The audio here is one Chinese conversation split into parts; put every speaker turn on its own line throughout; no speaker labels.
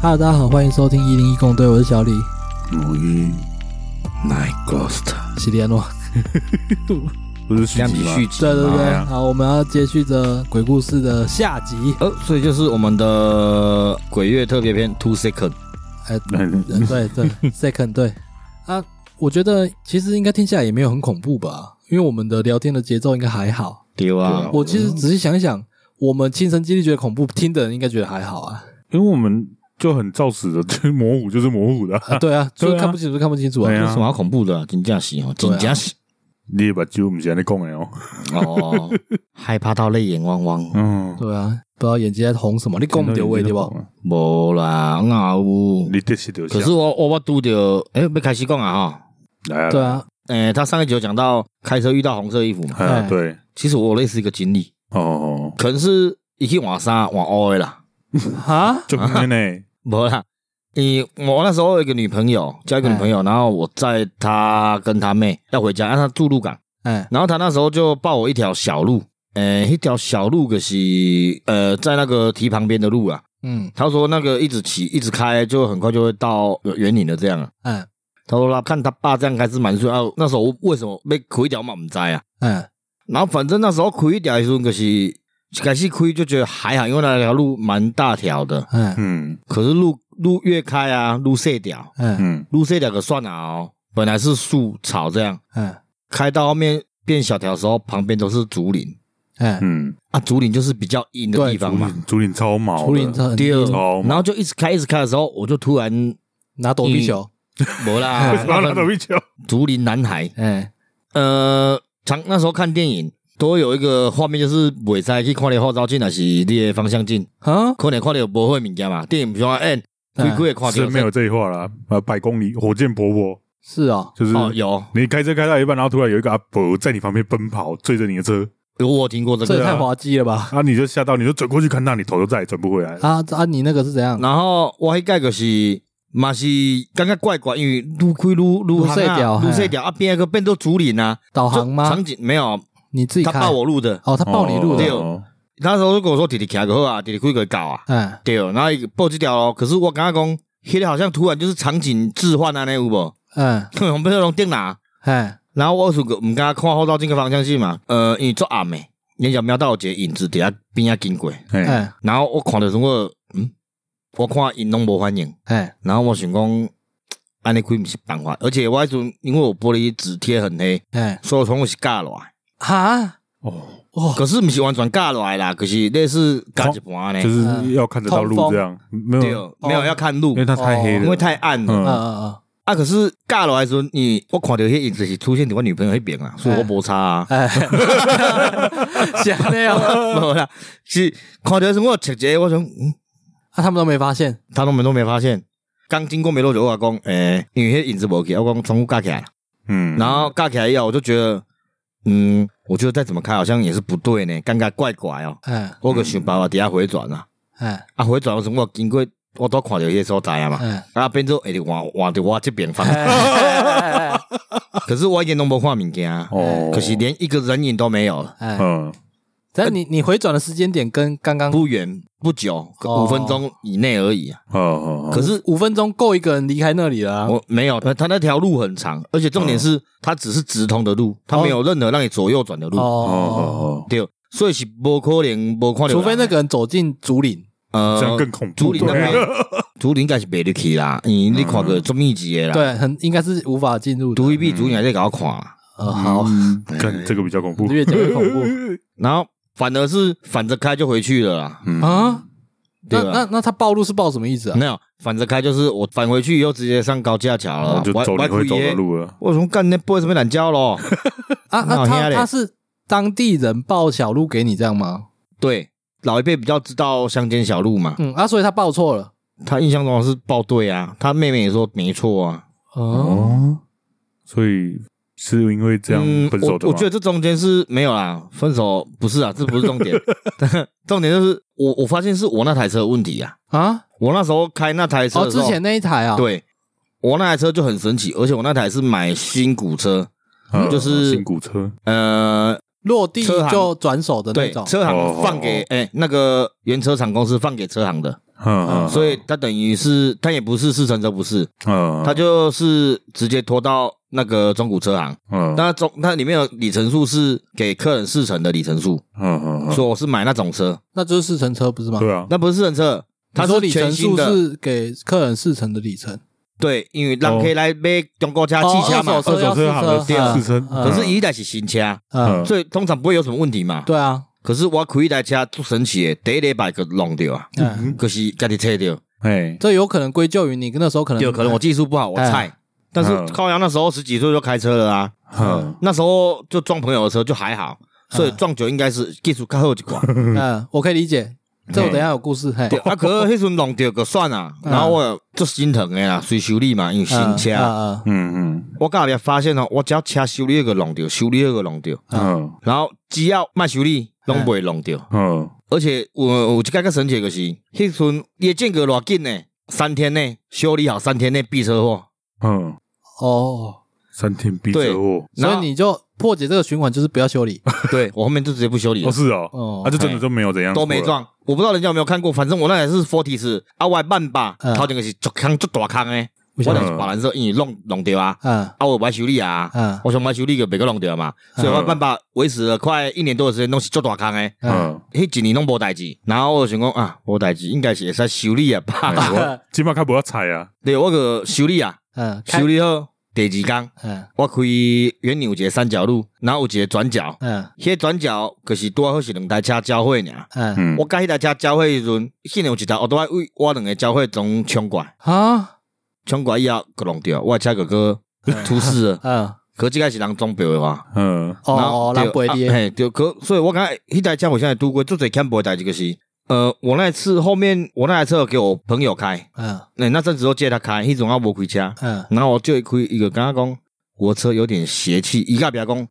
Hello，大家好，欢迎收听一零一共队，我是小李，
母婴奶 ghost
西利安诺。
不是续
量
集
体
吗？
续集
对对
嘛
对，
呀
好，我们要接续着鬼故事的下集。
呃，所以就是我们的鬼月特别篇 Two Second，
哎，呃对对，second 对啊，我觉得其实应该听下来也没有很恐怖吧，因为我们的聊天的节奏应该还好。
对
对
啊
啊，
我其实仔细想一想，我们亲身经历觉得恐怖，听的人应该觉得还好啊。
因为我们就很照实的，就是模糊就是模糊的、
啊
啊，
对啊，就
对
是
啊
看不清楚，看不清楚
对
啊。
有
啊
什么好恐怖的啊？金假喜哦，
对啊
金假喜
你把酒不是安尼讲的哦，
哦，害怕到泪眼汪汪。
嗯，
对啊，不知道眼睛在红什么，你讲不对位对不？？
无啦，啊呜。
你得是得，
可是我我我拄着，诶，要开始讲啊哈。
来
对，啊，
诶，他上一集有讲到开车遇到红色衣服嘛，
哎呀对，
其实我有类似一个经历，
哦，
可能是一去换衫换乌的啦，
啊哈，
就安呢，
无啦。你我那时候有一个女朋友，交一个女朋友，然后我载她跟她妹要回家，让啊她住鹿港。
哎，
然后他那时候就报我一条小路，诶、一条小路可是呃，在那个堤旁边的路啊。
嗯，
他说那个一直骑一直开，就很快就会到圆岭的这样啊。
哎，
他说他看他爸这样开是蛮顺啊。那时候我为什么被亏掉嘛？不知道啊。
哎，
然后反正那时候亏掉的时候可是开始亏就觉得还好，因为那条路蛮大条的。
哎，
嗯
可是路路越开啊，路细条，
哎，
嗯，
路细条可算了哦。本来是树草这样，
哎，
开到后面变小条的时候，旁边都是竹林。
哎，
嗯，
啊，竹林就是比较阴的地方嘛。
竹林超毛的，
竹林车很
第二
硬
超毛，
然后就一直开，一直开的时候，我就突 然
拿躲避球，
没啦，
然后他都会叫，
竹林男孩。
哎，
呃，常那时候看电影都有一个画面，就是尾塞去看你后照镜，还是你的方向镜，
哈，
可能看到有不会物件嘛。电影不像哎，鬼
啊
鬼也看
是
到
没有这一话啦，啊，百公里火箭婆婆
是哦，
就是
哦，有
你开车开到一半，然后突然有一个阿伯在你旁边奔跑，追着你的车，
有我有听过这
这也
个。
太滑稽了吧！
啊，你就吓到，你就转过去看那，你头就再也转不回来了。
啊啊，你那个是怎样？
然后我迄个就是嘛是感觉怪怪，因为路开路路
路细条
啊，路
嘿
细条啊边个变都竹林啊，
导
就
航吗
场？景没有，
你自己
他
开？
报我路的。
哦，他报你路
对
的。
哦
那时候就跟我说弟弟骑个好啊，弟弟可以可以搞啊，
哎
对，然后他报这条咯。可是我刚刚讲，迄个好像突然就是场景置换啊，那有无？
嗯
我们用电脑，啊
哎
然后我是个唔敢看后照镜个方向性嘛，呃，因为做暗诶，眼角瞄到有一个影子伫遐边啊经过，
哎，
哎
然后我看到什么，嗯，我看因拢无反应，
哎
然后我想讲，安尼鬼毋是办法，而且我迄阵因为我玻璃纸贴很黑，
哎，
所以我从我是架落来，
哈
哦，
哇！
可是毋是完全架落来啦，可是类似架一半呢，
就是要看得到路这样，没
哎对哦
有，，
没有要看路
因为，它太黑了，
因为太暗了。
嗯
嗯
嗯
啊，可是尬落来的时候，你我看到迄影子是出现在我女朋友那边啊，所以我无差啊
嗯，。哎， 想那 样啊，
无啦，是看到时候我切一个，我想，嗯，
啊他们都没发现。
他们都没发现。刚经过没多久，我讲，诶、因为迄影子无去，我讲窗户架起来，
嗯，
然后架起来以后，我就觉得，嗯，我觉得再怎么开好像也是不对呢，尴尬怪怪哦。
哎
我个想办法底下回转啊，
哎
啊回转的时候我经过，我都看到迄所在啊嘛，
哎
啊变做会直换换到我这边方向，
哎
可是我已经拢无看物件啊。
哦，
可惜，连一个人影都没有了，
哎！
嗯，
但你你回转的时间点跟刚刚
不远不久，
哦
五分钟以内而已啊。
哦哦，
可是
五分钟够一个人离开那里了啊。
我没有，呃他那条路很长，而且重
哦
点是它只是直通的路，它没有任何让你左右转的路，
哦
哦，
哦
对，所以是不可能无看到人啊。
除非那个人走进竹林。
哦，
呃
这样更恐
竹
怖，
林那
对
边
啊，
竹林应该是袂入去啦，你你看个做密集的啦，，
对，很应该是无法进入的。
独一壁竹林还在给我看啦，
呃，好，
看这个比较恐怖，
越讲越恐怖
然后反而是反着开就回去了啦，
嗯，
啊！那
对
那
吧？
那他暴露是暴什么意思啊？
没有反着开就是我返回去以后直接上高架桥了
我
啦，
哦就走你会走的。路了，
我从干那不会什么懒觉咯？
啊啊，
那很
他
黑嘞
他是当地人报小路给你这样吗？
对，老一辈比较知道乡间小路嘛，
嗯啊，所以他报错了。
他印象中是报对啊，他妹妹也说没错啊。
哦，
哦，所以是因为这样分手的
嗯我。
吗
我觉得这中间是没有啦，分手不是啊，这不是重点，重点就是我我发现是我那台车的问题啊。
啊，
我那时候开那台车
哦，
的时
之
候，
前那一台啊，，
对我那台车就很神奇，而且我那台是买新古车，
嗯
就是
新古车，
呃，
落地
车行
就转手的那
对，
种。
车
哦
行放给
哦
哎、那个原车厂公司放给车行的，
嗯，
所以他等于是他也不是四乘车不是，
嗯，
他就是直接拖到那个中古车行。
嗯
那中它里面的里程数是给客人四成的里程数，
嗯嗯，
说我是买那种车，
那就是四乘车不是吗？
对啊，
那不是四乘车，
嗯
它
你说
是
里
全
程
新
数
的。
是给客人四乘的里程，
对，因为让可以来买中国车、汽车嘛
哦
啊
二手，车要
二手车行的
四
四
车
车，
嗯
可是一台是新车，
嗯，
嗯
所以通常不会有什么问题嘛。
对啊，
可是我开一台车最神奇的，第一礼拜就弄掉啊，
嗯，
可是家己车掉，
哎，
这有可能归咎于你那时候可能
就可能我技术不好，我
哎
菜。但是
嗯
高阳那时候十几岁就开车了啊，
嗯
那时候就撞朋友的车就还好，所以
嗯
撞酒应该是技术较好一寡。
嗯，我可以理解，这我等一下有故事，嘿
对，啊，可是迄阵弄掉就算啊，然后我就心疼的啊啦，随修理嘛，因为新
嗯
车。
嗯
嗯
我刚才发现哦，我只要车修理那个弄掉，修理那个弄掉，
嗯
然后只要卖修理，拢袂弄掉。
嗯
而且我有一个较神奇的就是，迄阵伊间隔偌紧呢，三天内修理好，三天内避车祸。
嗯，
哦，
三天哦必车祸，
然
所以
后
你就破解这个循环，就是不要修理，
对我后面就直接不修理了
哦，是哦
哦，
啊，就真的就没有怎样，
哎都没，撞。我不知道人家有没有看过，反正我那台是 Forty 是啊，我半吧，
嗯
头前个是足坑足大坑诶，
为
我
什么
那是把蓝色因为弄弄掉啊，
嗯
啊我买修理啊，
嗯
我想买修理个别个弄掉嘛，所以我办法维持了快一年多的时间，拢是足大坑诶。
嗯，
嗯，
迄一年拢无代志，然后我就想讲啊，无代志应该是会使修理啊
哎
吧？
哎起码看不要踩啊，
对，我个修理啊，
嗯，开
修理好第二工，
嗯
我开原有一个三角路，然后有一个转角，
嗯
迄个转角就是拄好是两台车交汇尔。
嗯
嗯
我甲迄台车交汇时阵，迄年有一台我都爱为我两个交汇总冲过来，
啊。
冲过来以后个弄掉，我的车个哥出事了
嗯
可这个是人装备的话，
嗯
哦
然后
哦，人不会
对
跌
啊，嘿，对，可所以我感觉迄台车我现在拄过最最看不代志就是，呃，我那一次后面我那台车给我朋友开，
嗯
那、那阵子都借他开，迄种啊无开车，
嗯
然后我就开一个跟他讲，我车有点邪气，伊甲别讲，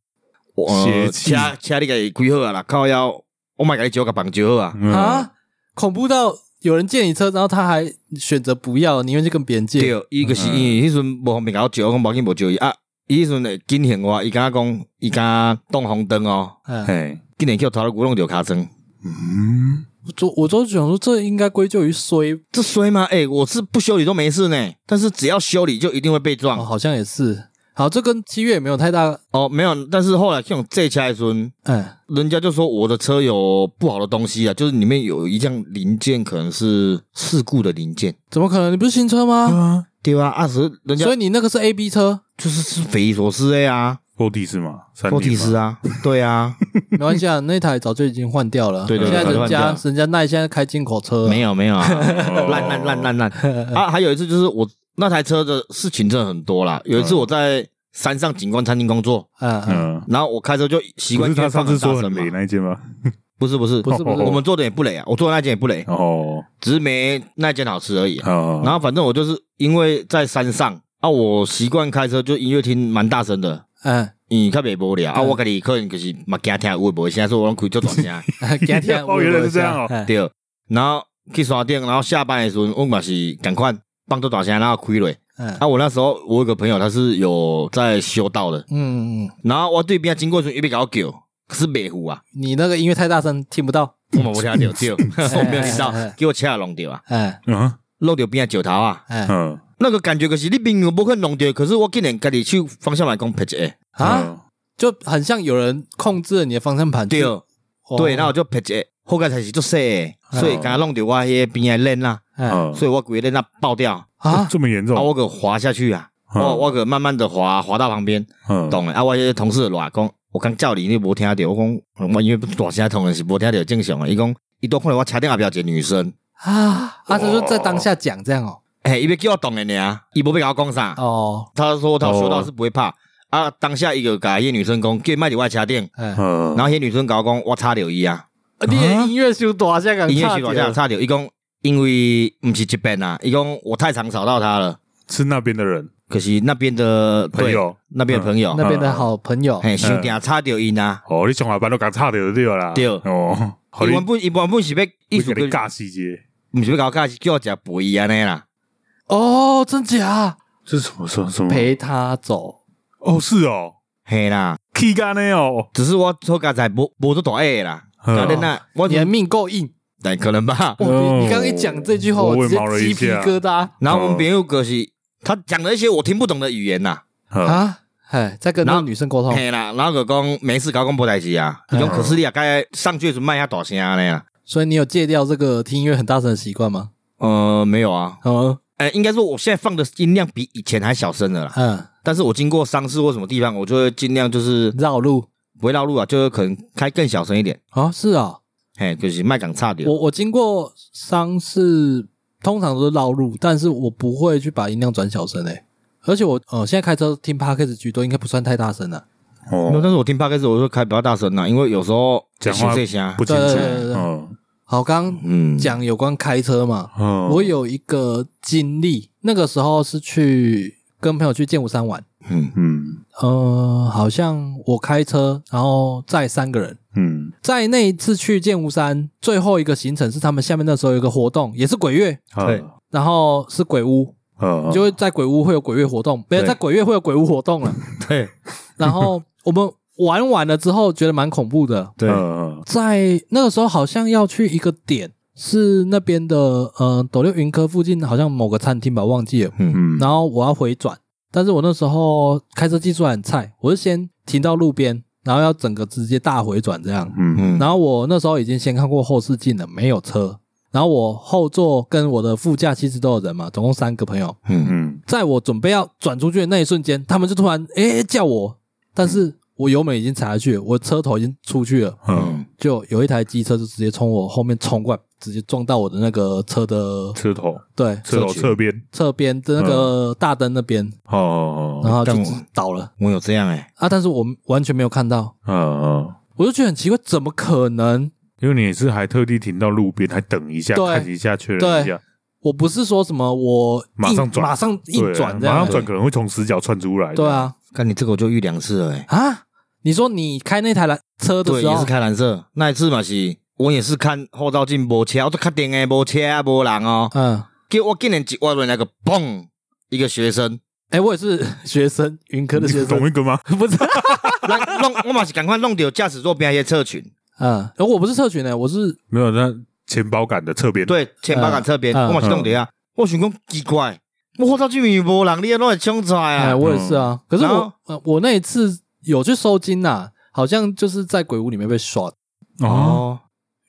我、
邪气
车车你给开好啊啦，靠腰，我买给你招甲绑招好啊，
嗯
啊，恐怖到有人借你车，然后他还选择不要，宁愿去跟别人借，
对，伊
嗯
就是因为迄阵无方便甲我招，我讲无要紧无招伊啊，伊迄阵会警醒我，伊甲我讲，伊甲我挡红灯哦，
嗯，
哎，
今年叫头颅骨弄着卡针。
嗯
我就我就想说，这应该归咎于衰，
这衰吗？哎、我是不修理都没事呢，但是只要修理就一定会被撞
哦，
哦
好像也是，好，这跟七月也没有太大，
没有，但是后来这种这车的时候，
嗯
人家就说我的车有不好的东西啊，就是里面有一项零件可能是事故的零件，
怎么可能？你不是新车吗？
啊
对吧、啊？二十人家
所以你那个是 A B 车，
就是是匪夷所思的啊，
，forty 是吗？三
破提斯
啊，
啊，对啊，
没关系啊，那台早就已经换掉了。
对对对
现在人
早就
家
换掉
人家那现在开进口车，
没
有，
有没有啊，
哦
烂烂烂烂烂啊！还有一次就是我那台车的事情真的很多啦，有一次我在山上景观餐厅工作，
嗯
嗯，
然后我开车就习
不
惯
是他
性
上
放
次
很大
说
声
很
嘛
雷，那一件吗？
不是不是
不是不是
我们做的也不累啊，我做的那间也不累，
哦，
只是没那间好吃而已啊、
哦，
然后反正我就是因为在山上啊，我习惯开车就音乐厅蛮大声的，
嗯，
嗯，较袂无聊啊。
嗯
我家己可能就是嘛惊听有诶无的，现在说我拢开足大 声 的
嗯今天
哦原来是这样哦
嗯
对。然后去山顶，然后下班的时候，我嘛是赶快放足大声，然后开落。
嗯
啊，我那时候我有个朋友他是有在修道的，
嗯，嗯
然后我对边经过的时候，伊要甲我叫，可是袂赴啊，
你那个音乐太大声，听不到。
我嘛无听到，对， 我没有听到
嗯哎哎哎，
给我车也弄掉啊，
嗯
嗯
弄掉边啊石头啊。
嗯
嗯
那个感觉可是你明明不可能弄掉，可是我竟然家己去方向盘讲拍一下，
嗯
啊，，就很像有人控制了你的方向盘。
嗯对、
就哦
对，然后我就拍一下，后盖才是做细的，所以刚刚弄掉我迄边的链啦，
嗯
啊哎所以我规个链啊爆掉，啊
啊，
哦这么严重，
我给滑下去啊，
嗯
哦
我我给慢慢的滑滑到旁边，
嗯
懂了啊，我迄同事话讲，我刚叫你你无听到，我讲我因为大声当然是无听到正常啊，伊讲伊都看到我车顶后壁有一个女生，
啊啊！这就在当下讲这样哦。
嘿，伊要叫我懂的呢，伊无要甲我讲啥，
哦，
他说他修道是不会
哦
怕。啊！当下一个甲迄女生讲，叫卖伫我的车顶，
嗯，
嗯，
然后迄女生甲我讲，我差着伊啊，
你的音乐修多下
嗯
讲，
音乐系好像差着，伊讲因为毋是一边啊，伊讲我太常吵到他了，
是那边的人，
可是那边的
朋友嗯
对那边的朋友，
那边的好朋友。
哦嘿，想定差着伊呐，
哦，你上下班都讲差点就对了啦，
对
哦，好
伊
你
原本伊原本是要
你
艺
给
术
你尬细节，
毋是要甲我教是叫我食肥伊安尼啦，
哦，真假？
这是什么什么什么？
陪他走。
哦，是哦
嘿啦，
，K 干呢哦，
只是我错家在无无做大爱啦，
嗯
搞得那我
你的命够硬。
哎，可能吧。
哇，你你刚刚一讲这句话，
哦我
我
也
直接
毛了
鸡
一啊
皮
下
疙瘩
然后我们朋友可是他讲了一些我听不懂的语言呐、
啊，
啊！哎，在跟那
然
个
后
女生沟通，
嘿啦，然后就讲没事搞讲无代志啊，伊讲可是你啊，该上去时卖下大声啊那样。
所以你有戒掉这个听音乐很大声的习惯吗？
呃，没有啊，
哦，
哎、应该说我现在放的音量比以前还小声了啦。
嗯，
但是我经过商市或什么地方，我就会尽量就是
绕路
不会绕路啊，就是可能开更小声一点。
啊，是啊，
嘿，就是麦港差点
我。我经过商市通常都是绕路，但是我不会去把音量转小声诶、欸而且我呃现在开车听 podcast 居多，应该不算太大声啊了。
没有，
哦，
但是我听 p o d 我就开比较大声啦，因为有时候
讲话
这些，啊
不清
对
楚，
对对对
嗯
好，刚刚
嗯，
讲有关开车嘛，
嗯，
我有一个经历，那个时候是去跟朋友去剑湖山玩，
嗯
嗯
呃，好像我开车，然后载三个人。
嗯
在那一次去剑湖山最后一个行程是他们下面那时候有一个活动，也是鬼月，
对
嗯
然后是鬼屋，
嗯，
就会在鬼屋会有鬼月活动，没有
对
在鬼月会有鬼屋活动了。
对
然后我们玩完了之后，觉得蛮恐怖的。
对，
嗯
在那个时候，好像要去一个点，是那边的呃斗六云科附近，好像某个餐厅吧，忘记了。
嗯，
然后我要回转，但是我那时候开车技术很菜，我是先停到路边，然后要整个直接大回转这样。
嗯
嗯，
然后我那时候已经先看过后视镜了，没有车。然后我后座跟我的副驾其实都有人嘛，总共三个朋友。
嗯
嗯
在我准备要转出去的那一瞬间，他们就突然诶、叫我，但是我油门已经踩下去了，我车头已经出去了，
嗯，
就有一台机车就直接从我后面冲过来，直接撞到我的那个车的
车头
对
车头侧边，
侧边的那个大灯那边，
哦哦
然后就
干我
直倒了
我有这样哎，
啊！但是我完全没有看到，
哦，嗯嗯，
我就觉得很奇怪，怎么可能？
因为你是还特地停到路边，还等一下
对
看一下确认一下，
我不是说什么我
马
硬
上转
马上硬
对啊
转这
马
样
上，转可能会从死角窜出来，
对，啊
看你这个我就遇两次了哎，
啊！你说你开那台来车的
对，
时
也是
候，
开蓝色那一次嘛是。我也是看后照镜没车，我都确定诶，没车没人哦。
嗯，
结果我竟然一外轮那个嘣，一个学生，
哎，我也是 学生，云科的学
你
生
懂，一个吗？
不 是，
那弄我嘛是赶快弄掉驾驶座边那些侧群，
嗯，而我不是社群的，我是
没有，那钱包杆的侧边，，
对，前八杆侧边，
嗯
我嘛是弄掉啊。我想讲奇怪，我后照镜面无人，你也弄来冲出来
哎，
啊？
我也是
嗯
啊。可是
然后
我呃我那一次有去收金呐、好像就是在鬼屋里面被刷，
哦，
哦，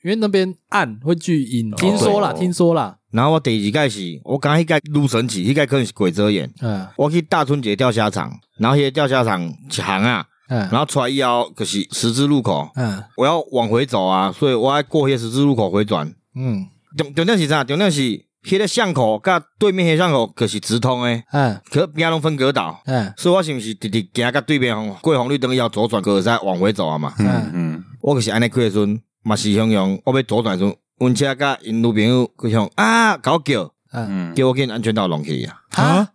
因为那边暗会聚阴，听说啦，
对
听说啦，
然后我第二届是，我刚迄届路神起，迄届可能是鬼遮眼。
嗯
我去大春节钓虾场，然后迄个钓虾场一行啊，
嗯
然后出来以后就是十字路口，
嗯
我要往回走啊，所以我要过迄个十字路口回转。
嗯
重重点是啥？重点是迄个巷口甲对面迄个巷口就是直通诶，
嗯
可边拢分隔岛。
嗯
所以我是不是直直行到对面红过红绿灯要左转，可会使往回走啊嘛？
嗯
嗯
我就是安尼开的时阵，嘛是向向我要左转的时阵，阮车甲因女朋友去向啊搞叫，
嗯
嗯，
叫我跟安全岛弄去啊！
啊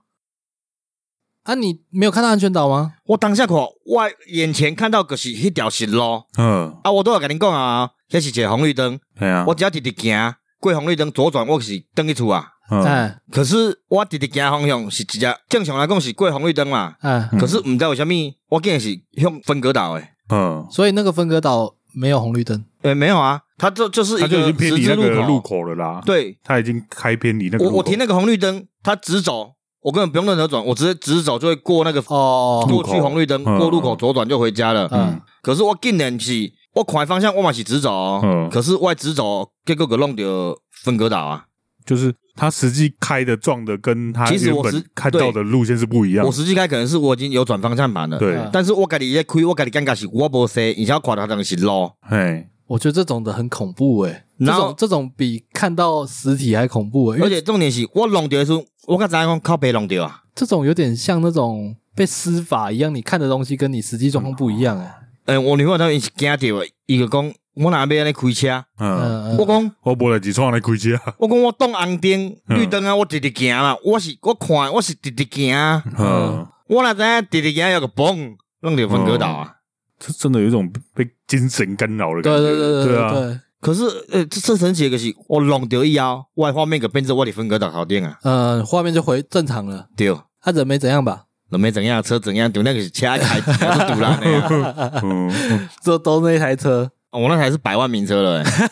啊！你没有看到安全岛吗？
我当下看，我眼前看到就是迄条直路
嗯，
啊！我都有甲恁讲啊，迄是一个红绿灯，
对啊，
我只要直直行过红绿灯左转，我是登去厝啊。
嗯
嗯
可是我直直行方向是一只正常来讲是过红绿灯嘛，
嗯，
可是毋知为虾米，我竟然是向分隔岛诶。
嗯，
所以那个分隔岛没有红绿灯，
诶、没有啊，它这就是一
他就已
个
经偏
十
离
字
那个
路
路
口。
口了啦，，
对，
他已经开偏离那个路
我
口，
我停那个红绿灯，它直走，我根本不用任何转，我直接直走就会过那个
哦
过去红绿灯，
嗯
过路口左转就回家了。
嗯
可是我竟然是，我看方向我嘛是直走哦，
嗯
可是我的直走结果给弄到分隔岛啊。
就是他实际开的撞的跟他
其实
原
我
本
是
看到的路线是不一样
我，实际开可能是我已经有转方向盘了，
对
嗯，
但是我家己在开，我家己尴尬是我无塞，而且我看到当是路。
哎，
我觉得这种的很恐怖诶、这
然后
种这种比看到实体还恐怖诶、欸因
而
为
且重点是我弄到的时候，我刚才讲靠北弄到啊，
这种有点像那种被施法一样，你看的东西跟你实际状况不一样哎、
诶、我女朋友她们是惊到的，伊就讲我哪要安尼开车，
嗯，
嗯，
我
嗯
讲
我不来几创啊来开车，
我讲我当红灯
嗯
绿灯啊，我直直行啊，我是我看我是直直行啊，
嗯，
我哪知影直直行有个嘣，弄到分隔岛啊。
这真的有一种被精神干扰的
对
感觉，
对对
对
对
啊，
对，
可是呃，这这神奇的就是我弄到以后，我的画面个变成我的分隔岛头顶啊，
呃，画面就回正常了，
对，哦
他、人没怎样吧？
都没怎 样，车怎样，对那个是车开起来就堵了那样。
嗯，
这都那一台车，
哦我那台是百万名车了、欸，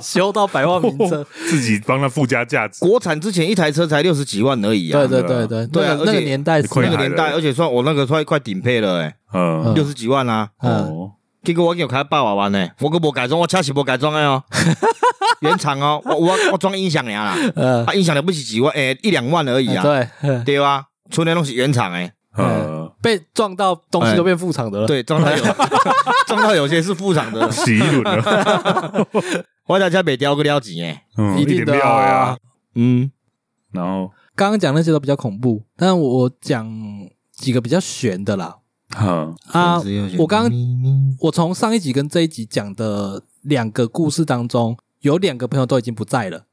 修到百万名 车。
自己帮他附加价值。
国产之前一台车才六十几万而已啊，
对对对对，
对
那
啊
个那
而
个
且
年代是
快
那个年代，
了
而且算我那个快快顶配了、欸，
嗯，
六十几万啊，
嗯，
哦，
结果我有开八百万呢，欸我个无改装，我车是无改装的 哦，原厂哦，我我我装音响呀啦，
呃，
啊音响了不起几万，诶、一两万而已啊，
对，嗯
对吧？出那东西原厂诶、欸
嗯，
被撞到东西都变副厂的了。
哎对，撞到有 撞到有些是副厂的，
洗一轮了，
我在家北雕个了几诶，
嗯，
一
一
定
点
的啊
料呀。
嗯，
然后，
刚刚讲那些都比较恐怖，但我讲几个比较悬的啦。
嗯，
啊，
只有
我刚
咪咪
我从上一集跟这一集讲的两个故事当中，有两个朋友都已经不在了。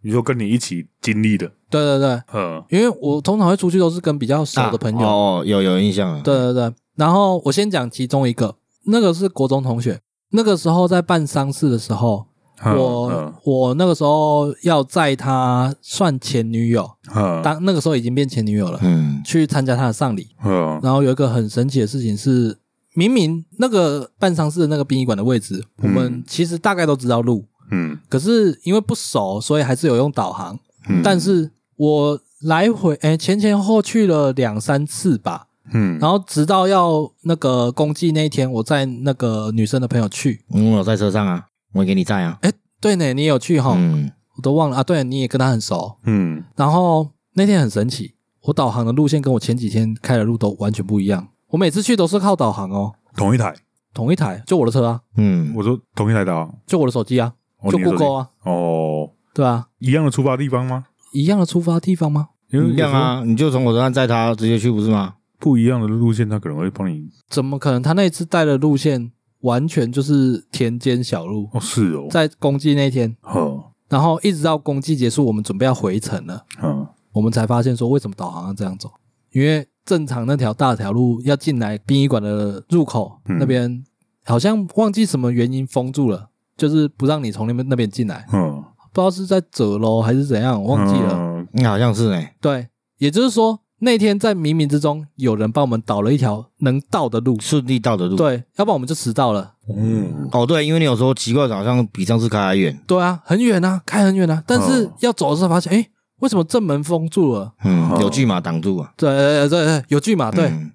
你说跟你一起经历的，
对对对，
嗯，
因为我通常会出去都是跟比较熟的朋友。
啊哦，有有印象了，
对对对，然后我先讲其中一个，那个是国中同学，那个时候在办丧事的时候，
嗯
我、
嗯
我那个时候要载他算前女友，
嗯
当那个时候已经变前女友了，
嗯，
去参加他的丧礼。
嗯
然后有一个很神奇的事情是，明明那个办丧事的那个殡仪馆的位置，我们其实大概都知道路，
嗯
可是因为不熟，所以还是有用导航。
嗯
但是我来回哎、前前后后去了两三次吧，
嗯，
然后直到要那个公祭那一天，我载那个女生的朋友去。
嗯我有在车上啊，我也给你载啊，
对呢，你也有去哈，
嗯，
我都忘了啊。对，你也跟她很熟。
嗯，
然后那天很神奇，我导航的路线跟我前几天开的路都完全不一样。我每次去都是靠导航哦，
同一台，
同一台，就我的车啊，
嗯，
我说同一台的啊，
就我的手机啊，
哦
就
你的手机
Google 啊，
哦，
对啊，一
一样的出发地方吗？
样的出发地方吗？
因为
一样
有时候
啊，你就从我车上载他直接去不是吗？
不一样的路线，他可能会帮你。
怎么可能？他那一次带的路线完全就是田间小路，
哦，是哦，嗯
在公祭那天，
呵，
然后一直到公祭结束，我们准备要回程了。
嗯
我们才发现说为什么导航要这样走，因为正常那条大条路要进来殡仪馆的入口、
嗯
那边，好像忘记什么原因封住了，就是不让你从那边那边进来，
嗯，
不知道是在走楼还是怎样，我忘记了。
嗯
嗯，好像是哎、
对，也就是说那天在冥冥之中有人帮我们导了一条能到的路，
顺利到的路。，
对，要不然我们就迟到了。
嗯，
哦对，因为你有时候奇怪，好像比上次开还远。
对啊，很远啊，开很远啊，但是
嗯
要走的时候发现，哎、为什么正门封住了？
嗯，
哦
有巨马挡住啊。
对呃对对对，有拒马，对，
嗯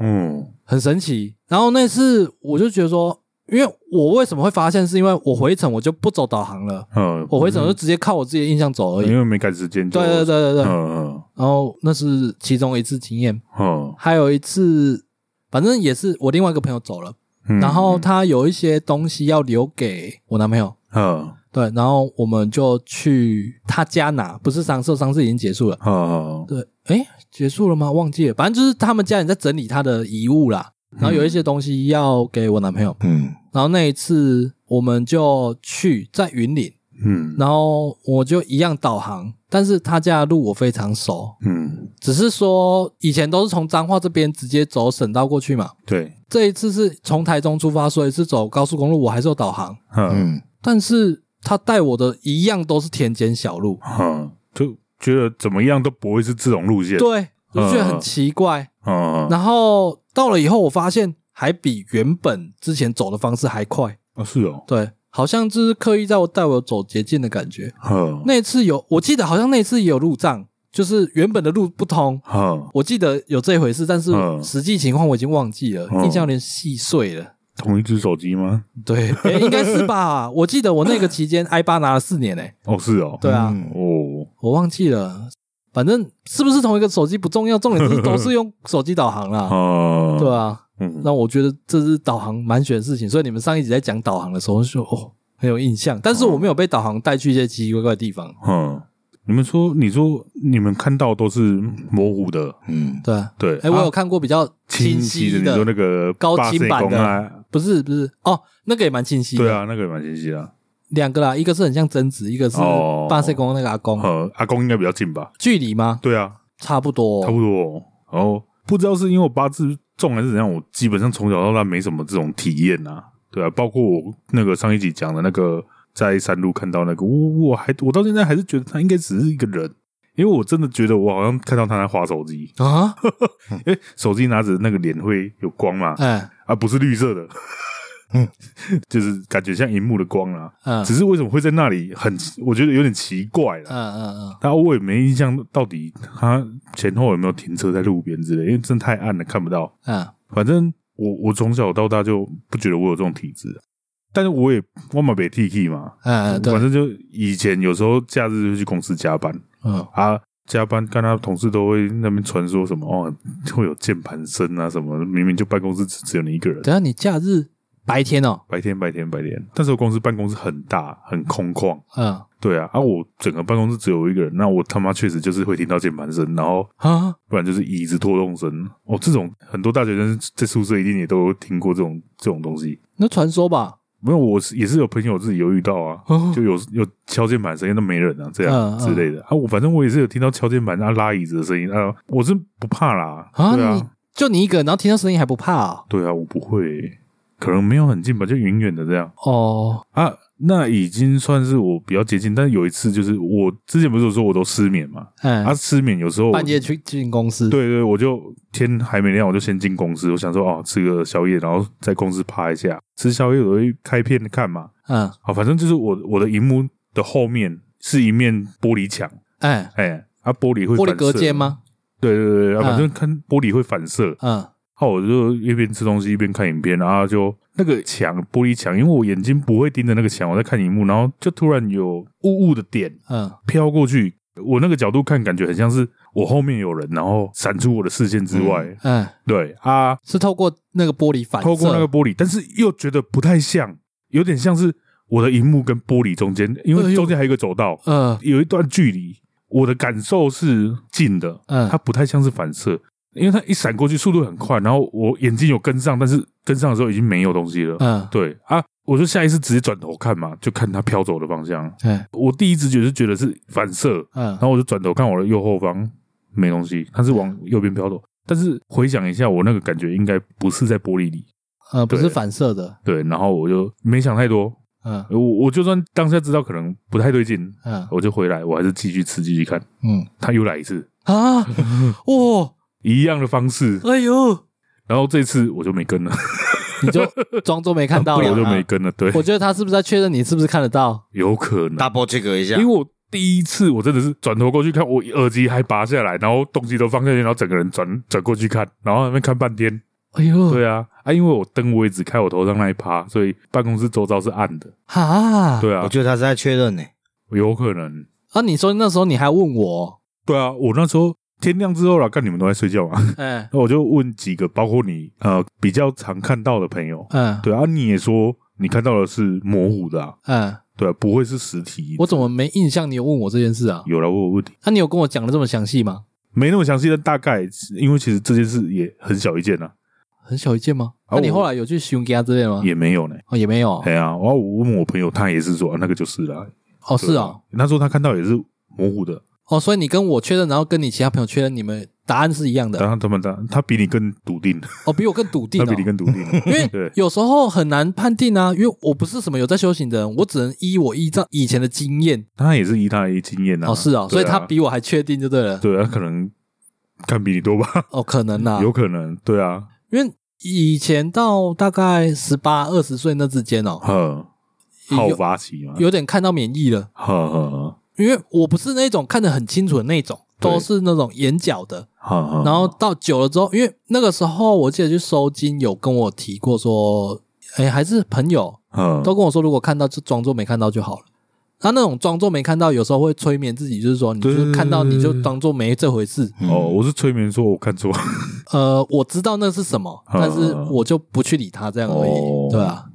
嗯，
很神奇。然后那次我就觉得说，因为我为什么会发现，是因为我回程我就不走导航了，
嗯，
我回程我就直接靠我自己的印象走而已。
因为没赶时间，
对对，对对对。
嗯
然后那是其中一次经验，
嗯
还有一次，反正也是我另外一个朋友走了，
嗯，
然后他有一些东西要留给我男朋友。
嗯
对，然后我们就去他家拿，不是丧事，丧事已经结束了。
嗯
对，哎，结束了吗？忘记了，反正就是他们家人在整理他的遗物啦，然后有一些东西要给我男朋友。
嗯
然后那一次我们就去在云岭，
嗯
然后我就一样导航，但是他家的路我非常熟，
嗯，
只是说以前都是从彰化这边直接走省道过去嘛，
对，
这一次是从台中出发，所以是走高速公路，我还是有导航，
嗯
嗯，
但是他带我的一样都是田间小路，
嗯，就觉得怎么样都不会是这种路线，，
对，我就觉得很
嗯
奇怪。
嗯，
然后到了以后，我发现还比原本之前走的方式还快，
哦是哦，
对，好像就是刻意在我带我走捷径的感觉。
嗯
那次有，我记得好像那次也有路障，就是原本的路不通。
嗯，
我记得有这回事，但是
嗯
实际情况我已经忘记了，
嗯
印象有点细碎了。
同一只手机吗？
对，诶应该是吧？我记得我那个期间 i 八拿了四年诶、
哦是哦，
对啊，
嗯
哦，
我忘记了，反正是不是同一个手机不重要，重点就是都是用手机导航 啦，
啊，
对，啊。
嗯，
那我觉得这是导航蛮选的事情，所以你们上一集在讲导航的时候就哦很有印象，但是
哦
我没有被导航带去一些奇奇怪怪的地方，
嗯，你们说，你说你们看到都是模糊的，
嗯，
对啊。
对，
哎，我有看过比较
清晰
晰
的，你说那个
高清版
八十公
的
啊，，
不是不是哦，那个也蛮清晰的。
对，啊，那个也蛮清晰的啊。
两个啦，一个是很像贞子，一个是
哦
八岁公那个阿公，
呃，阿公应该比较近吧？
距离吗？
对啊，
差不多，
差不多。然后不知道是因为我八字重还是怎样，我基本上从小到大没什么这种体验啊。对啊，包括我那个上一集讲的那个在山路看到那个，我我还我到现在还是觉得他应该只是一个人，因为我真的觉得我好像看到他在划手机，
啊，
因为手机拿着那个脸会有光嘛，
哎，
啊不是绿色的， 就是感觉像荧幕的光啦、
嗯
只是为什么会在那里很，我觉得有点奇怪啦。
嗯嗯
但我也没印象到底他前后有没有停车在路边之类，因为真的太暗了，看不到。
嗯
反正我我从小到大就不觉得我有这种体质，但是我也我嘛被 T K 嘛，
嗯嗯，
反
对，
正就以前有时候假日就去公司加班
嗯
啊，加班看他同事都会那边传说什么哦，会有键盘声啊什么，明明就办公室只只有你一个人。
等一下你假日白天哦，
白天，白天，白天。那时候公司办公室很大，很空旷，
嗯
对啊，啊，我整个办公室只有我一个人，那我他妈确实就是会听到键盘声，然后
啊，
不然就是椅子拖动声。哦，这种很多大学生在宿舍一定也都有听过这种这种东西。
那传说吧，
没有，我是也是有朋友自己有遇到啊，
哦
就有有敲键盘声音都没人啊，这样
嗯嗯
之类的啊。我反正我也是有听到敲键盘啊、拉椅子的声音啊，我是不怕啦。
啊，
对
你
啊，
就你一个人，然后听到声音还不怕啊？
对啊，我不会，可能没有很近吧，就远远的这样。
哦，
啊，那已经算是我比较接近。但有一次，就是我之前不是有说我都失眠嘛？啊，
嗯，
失眠有时候我
半夜去进公司，
对对，我就天还没亮，我就先进公司，我想说哦，吃个宵夜，然后在公司趴一下。吃宵夜我会开片看嘛，
嗯，
啊，反正就是我我的荧幕的后面是一面玻璃墙，
哎，
哎，啊，玻璃会
玻璃
反
隔
射
间？吗？
对对对，啊，
嗯
反正看玻璃会反射。
嗯
啊，我就一边吃东西一边看影片，然后就那个墙玻璃墙，因为我眼睛不会盯着那个墙，我在看荧幕，然后就突然有雾雾的点
嗯
飘过去，我那个角度看，感觉很像是我后面有人，然后闪出我的视线之外。
嗯，
对啊，
是透过那个玻璃反射，
透过那个玻璃，但是又觉得不太像，有点像是我的荧幕跟玻璃中间，因
哎
为
呦
中间还有一个走道，
呃，
有一段距离。我的感受是近的，
嗯
它不太像是反射，因为它一闪过去速度很快，然后我眼睛有跟上，但是跟上的时候已经没有东西了。
嗯，
对啊，我就下意识直接转头看嘛，就看它飘走的方向。
对，
我第一直觉是觉得是反射，
哎嗯
然，后我就转头看我的右后方没东西，它是往右边飘走。但是回想一下，我那个感觉应该不是在玻璃里。
呃，不
对
是反射的，
对，然后我就没想太多，
嗯
我我就算当下知道可能不太对劲，
嗯
我就回来，我还是继续吃继续看。
嗯
他又来一次，
啊，哇，
一样的方式，
哎呦，
然后这次我就没跟了，
你就装作没看到
对
了，
我就没
啊。
跟了。对，
我觉得他是不是在确认你是不是看得到？
有可能，
double check 一下
因为，我第一次我真的是转头过去看，我耳机还拔下来，然后东西都放下去，然后整个人转转过去看，然后在那边看半天。
哎呦，
对啊，啊，因为我灯我也只开我头上那一趴，所以办公室周遭是暗的。
哈，
对啊
我，觉得他是在确认呢。
有可能。
啊，你说那时候你还问我，
对啊，我那时候天亮之后了，看你们都在睡觉嘛，
哎，
那我就问几个，包括你呃比较常看到的朋友，
嗯，
对啊，你也说你看到的是模糊的、啊，
嗯，
对、啊，不会是实体。
我怎么没印象你有问我这件事啊？
有了我有问题，
那、你有跟我讲的这么详细吗？
没那么详细，但大概是因为其实这件事也很小一件呐、
很小一件吗？
啊
那、你
我
后来有去熊家之类的吗？
也没有呢。
哦，也没有。
哎呀、然后我问我朋友，他也是说、啊、那个就是啦。
哦，是
对啊
哦，，
他说他看到也是模糊的，
哦，所以你跟我确认，然后跟你其他朋友确认，你们答案是一样
当
的。
然他们他他比你更笃定，
哦，比我更笃定、
他
哦，
啊比你更笃定，
因为
对
有时候很难判定啊，因为我不是什么有在修行的人，我只能依我依照以前的经验。
他也是以他的经验啊。
哦，是哦，所
对啊
以他比我还确定就对了。
对啊，可能看比你多吧，
哦，可能呐、
有可能，对啊，
因为以前到大概十八二十岁那之间哦，
呵，好
有
发起嘛，
有点看到免疫了，
呵呵呵
因为我不是那种看得很清楚的那种，
对
都是那种眼角的。
呵呵，
然后到久了之后，因为那个时候我记得去收金有跟我提过说，哎，还是朋友
呵哦
都跟我说，如果看到就装作没看到就好了。他那种装作没看到，有时候会催眠自己，就是说，你就
对
是看到你就装作没这回事。
嗯
哦，我是催眠说我看错，
呃，我知道那是什么，
嗯
但是我就不去理他，这样而
哦
已，对啊。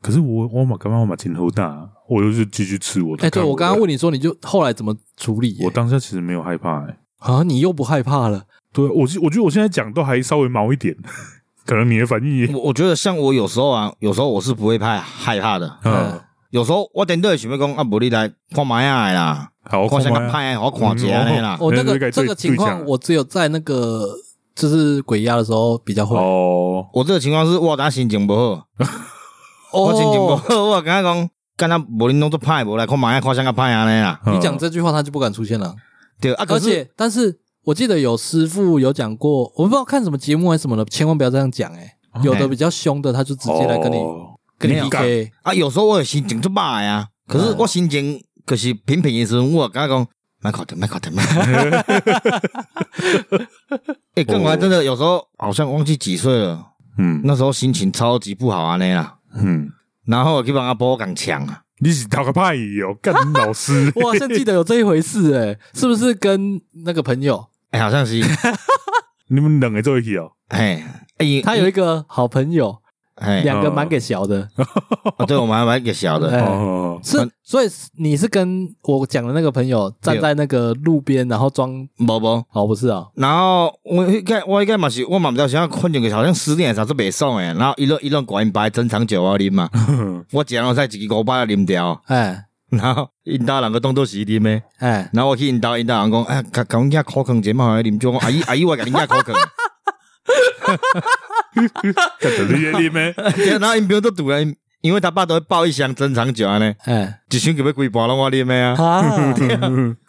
可是我我马刚刚我马前头大，我就是继续吃我的。
哎，对
看
我刚刚
的
问你说，你就后来怎么处理耶？
我当下其实没有害怕，哎，
啊，你又不害怕了？
对啊我是我觉得我现在讲都还稍微毛一点， 可能你的反应也，
我我觉得像我有时候啊，有时候我是不会怕害怕的。
嗯，
哎
有时候我顶多会想要讲啊，无你来看麦啊嗯啦，
好，
看
看
啥
完
个
啊
歹的，我看一下尼啦。
我哦那
那
个
个
这
对
个情
对
况，
象
我只有在那个就是鬼压的时候比较会。
哦，
我这个情况是，我当心情不好，我心情不
哦，
好， 我感觉讲，敢若无恁拢做歹，无来看麦啊，看啥个歹安尼啦。
你讲
嗯
这句话，他就不敢出现了。
对啊，可
而
是
且，但是我记得有师傅有讲过，我不知道看什么节目还是什么的，千万不要这样讲哎、
哦
有的比较凶的，他就直接来跟你
哦
跟你
没有
PK，
啊，有时候我的心情就骂呀，可是我心情可是平平的时候，我刚刚讲蛮搞的，蛮搞的，蛮搞 的。哎，更我还真的有时候好像忘记几岁了，
嗯
那时候心情超级不好啊那样，
嗯，
然后我去帮阿波港抢啊，
你是讨个派哦， 干你老师
我好像记得有这一回事哎、是不是跟那个朋友？
哎，好像是，
你们两个做一起哦，
哎，哎，
他有一个好朋友，
哎，
两个蛮给小的，
啊对，我们还蛮给小的，
哎
嗯
哦，
是所以你是跟我讲的那个朋友站在那个路边，然后装
无无。
哦不是啊，
然后我迄个我迄个嘛是，我嘛毋知道啥困境，好像十点啥都袂爽诶。然后一路一路管牌珍藏酒啊啉嘛，我一人再一支五百啉掉。
哎
然后因兜人个当做是啉诶，
哎
然后我去因兜因兜人讲，哎，甲甲阮囝苦坑者嘛，互伊啉酒。我讲阿姨阿姨，我甲恁囝苦 坑。
干得你你 咩？
然后因朋友都突然，因为他爸都会抱一箱珍藏酒安尼，
哎
一箱就要规盘拢我啉诶啊。
啊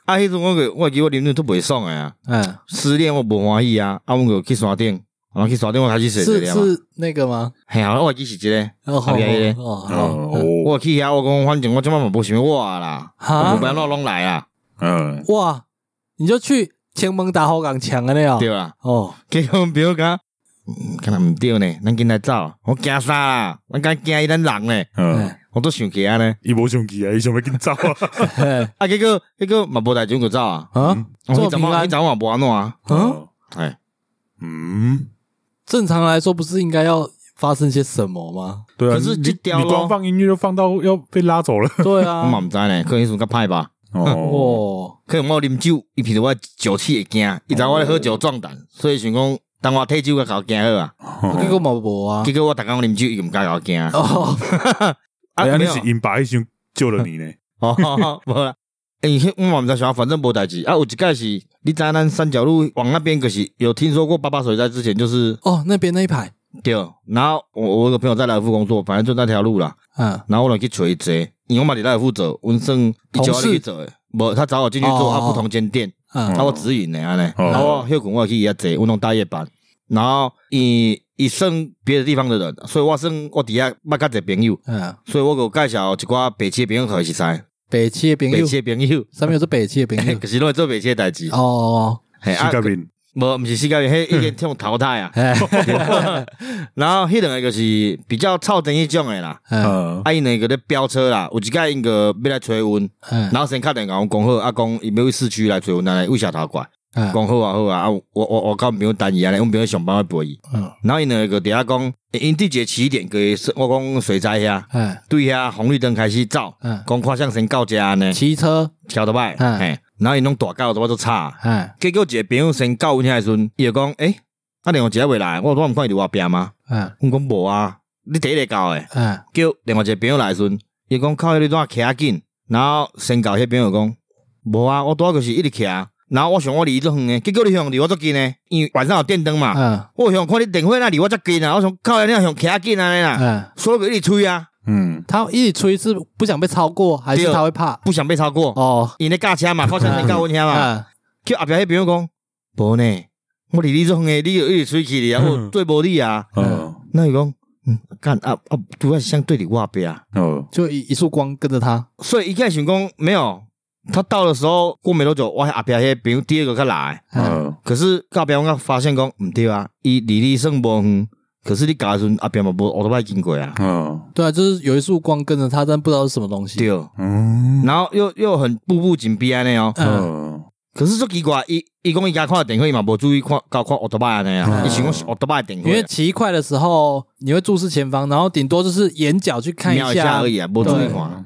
啊，迄阵我个我记我啉酒都袂爽诶啊，
哎
失恋我无欢喜啊，啊，阮个去山顶，然后去山顶我开始踅
是
踅嘛。
是那个吗？
嘿啊，我记是一个。
哦
旁边
哦哦哦
哦，
我去遐，我讲反正我即摆嘛无想要我啊啦，
哈
我无办法拢来啊啦，
嗯，
哇，你就去前门打后港抢的那样
对啦。
哦
结果阮表哥，嗯，敢若毋对呢，咱紧来走，我惊啥啦？咱敢惊伊咱人呢？
嗯，
哎
我都想起啊呢。
伊无想去啊，伊想要紧走 啊，
哎
啊，结果结果嘛无代志就走啊。
啊
我
这么
怎
平
么
安
你怎么无安怎啊？
啊，
哎，
哦嗯，
正常来说不是应该要发生些什么吗？
对啊，
可是
你
这条
你
咯
光放音乐就放到要被拉走 了
对
我嘛
啊，
毋知呢，可能迄阵较歹吧。
哦，
哦
可能我啉酒，伊闻到我酒气会惊，伊知道我咧喝酒壮胆，所以想讲等我退酒甲我惊好啊。
哦
这个嘛无啊
结，果我逐工啉酒，伊毋敢甲我惊。啊，
哦
哎，
没
你
有
是因爸迄想救了你呢，
哦，无啦。诶、迄我嘛毋知啥，反正无代志。啊，有一届是，你知咱三角路往那边，可是有听说过八八水灾之前，就是
哦那边那一排，
对。然后我我有个朋友在来福工作，反正就那条路啦。
嗯
然后我就去找伊坐，因为我嘛伫来福做，阮算一九二去做诶。无，他找我进去做，啊
哦
他不同间店，
嗯
啊，我指引的安尼。
哦
然后我休困我也去伊遐坐，阮拢大夜班。然后伊伊算别的地方的人，所以我算我伫遐捌较侪朋友，
嗯，
所以我有介绍一寡北区的朋友互伊识识，
北七的朋
北
友，
区的 朋友。
上面有是北七的朋 友
可是拢会做袂起代志。
哦，。
嘿
世
啊
界，面
无毋是世界迄已经种淘汰啊
哎
然后迄两个就是比较臭真迄种诶啦，
哎
嗯，
啊因两个咧飙车啦，有一届因个要来找阮，
哎
然后先打电话甲阮讲好，啊讲伊要去市区来找阮，安尼为啥头过来？
哎
讲好啊好啊，啊我我我甲阮朋友等伊安尼，阮朋友上班要陪伊。
嗯
然后因两个伫遐讲，欸因伫一个起点个，我讲水灾遐，
哎
对遐红绿灯开始走，
嗯，
讲看向先到遮安尼，
骑车
桥头摆，
嗯
嘿，然后因拢大到头我都吵。
哎
结果一个朋友先到阮遐的时阵，伊就讲，诶、啊，另外一个未来，我我毋看伊伫外边吗？
哎
阮讲无啊，你第一个到诶。
哎
叫另外一个朋友来的时阵，伊讲靠，你怎啊徛紧？然后先到迄朋友讲，无啊，我拄啊就是一直徛，然后我想我离伊足远诶，结果你向离我足近诶，因为晚上有电灯嘛，
嗯
我想看你电火那离我足近啊，我想靠，你若向徛紧啊安尼啦，
哎，
所以我就一直催啊，
嗯，
他一直吹是不想被超过，还是
对
他会怕？
不想被超过。
哦，
因咧驾车嘛，靠车先到阮遐嘛。
啊
叫后壁迄朋友讲，无呢，我离你足远诶，你就一直催去
嗯
哩啊，我做无你啊。
哦
那伊讲，嗯，干啊啊，拄要相对你我边啊，
哦，
就一一束光跟着他，
所以一开始想讲没有，他到的时候过没多久，我阿边迄朋友第二个才来，
嗯
嗯，
可是到边我发现讲毋对啊，伊离你算无远，可是你到的时阵阿边嘛无我都歹经过啊，
嗯，
对啊，就是有一束光跟着他，但不知道是什么东西。
对，
嗯，
然后又又很步步紧逼安尼哦，
嗯，
可是足奇怪，伊伊讲伊家看电话伊嘛无注意看到看奥特曼安尼啊，
嗯
伊想讲是奥特曼电话
因，为骑快的时候你会注视前方，然后顶多就是眼角去看
瞄一下而已啊，无注意
对
看，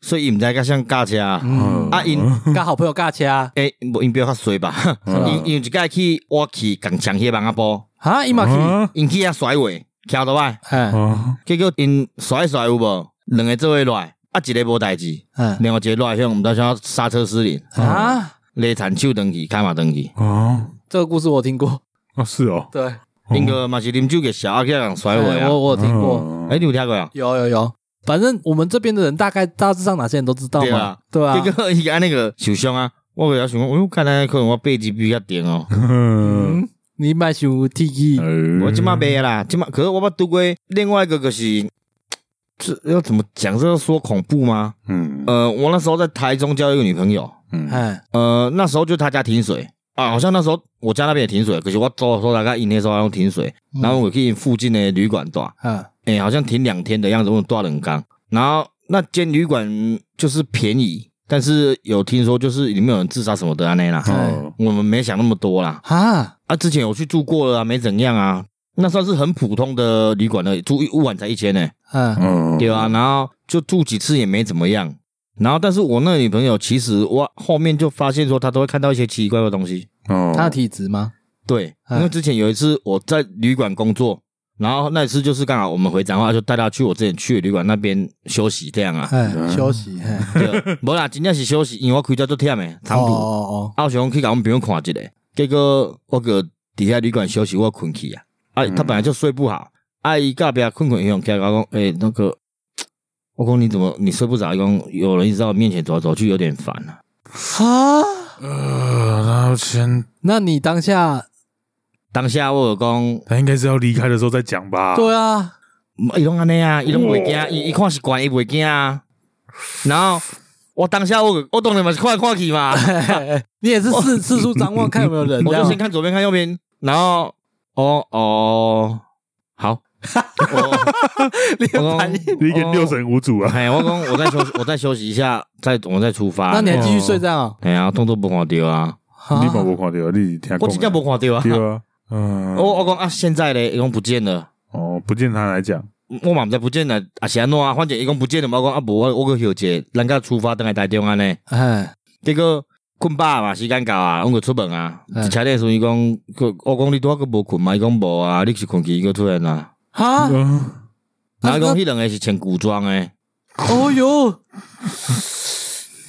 所以伊毋知甲像驾车啊，
嗯，嗯
啊因。
跟好朋友尬掐
诶，无因表较衰吧， 因因有一届去我去共强迄网仔波，
啊，伊嘛去，
啊
因去遐甩尾，徛倒来，
哎
啊，
结果因甩甩有无？两个做伙落来，啊一个无代志，
嗯
另外一个落来向毋知啥刹车失灵，
啊，
勒铲手登去，开嘛登去，
啊，
这个故事我听过，
啊是哦，
对，
因个嘛是啉酒给小阿去人甩尾
嗯哎
啊
我。我有听过，
嗯
诶，你有听过啊？
有有有，反正我们这边的人大概大致上哪些人都知道
对
嘛
啊，
对啊，
结果伊安那个受伤啊，我个也想讲，哎呦，看来可能我背脊比较重哦。
嗯，
嗯，你买想 T E，
哎
음.我即马袂啦，即马可是我捌拄过另外一个就是这要怎么讲？这要说恐怖吗？
嗯
呃，我那时候在台中交一个女朋友，
嗯
哎，
呃，那时候就她家停水啊，好像那时候我家那边也停水，可是我走的时候大概因那时候还用停水，然后我去附近的旅馆住，
嗯
哎、好像停两天的样子，我住冷缸，然后那间旅馆就是便宜，但是有听说就是里面有人自杀什么的啊那啦，
哦
我们没想那么多啦，
哈，
啊，之前有去住过了啊，没怎样啊。那算是很普通的旅馆了，住一晚才一千呢、
嗯
嗯
对啊，然后就住几次也没怎么样。然后，但是我那个女朋友其实我后面就发现说，她都会看到一些奇奇怪怪的东西。
哦
他的体质吗？
对，
哎
因为之前有一次我在旅馆工作，然后那一次就是刚好我们回彰化，就带她去我之前去的旅馆那边休息这样啊。
哎，休息，哎，
对，无啦，真正是休息，因为我开车都忝的，长
哦
途。
哦
啊，我想去甲阮朋友看一下，结果我个伫遐旅馆休息，我困去啊。啊，
嗯
他本来就睡不好，啊，伊隔壁困困用，他讲，诶、那个，我讲你怎么你睡不着？伊讲有人一直在我面前走来走去，有点烦啊。
哦，哈，
어,呃，他先
那你当下，
当下我有讲，
他应该是要离开的时候再讲吧？
对啊，
嗯伊拢安尼啊，伊拢袂
哦
惊，伊伊看习惯，伊袂惊啊。然后我当下我我当然嘛是看来看 去嘛，
你也是四四处张望，看有没有人，
我
这
就
样
先看左边看右边，然后哦哦 好，我
你
我
的反应。
你已
어.
经六神无主啊！
哎，我讲我再休息，我再休息一下，再我再出发。
那你还继续
哦
睡这样啊？
哎呀，动作不看到啊，
哈
你嘛无看到，你是听
我真正
无
无看到啊。
对啊，嗯，
我我讲啊，现在咧，伊讲不见了，
哦，不见他来讲，
我嘛毋知不见了，啊是安怎啊？反正伊讲不见了嘛，我讲啊无我我个休息，咱甲出发等来台中安尼。
哎，
结果困饱嘛，时间到啊，我就出门啊。
嗯
一车顶时候伊讲，佮我讲你拄啊个无困嘛，伊讲无啊，你是困去伊个出现啊。
哈，
嗯
然后
啊那
伊讲迄两个是穿古装诶，
哦哟，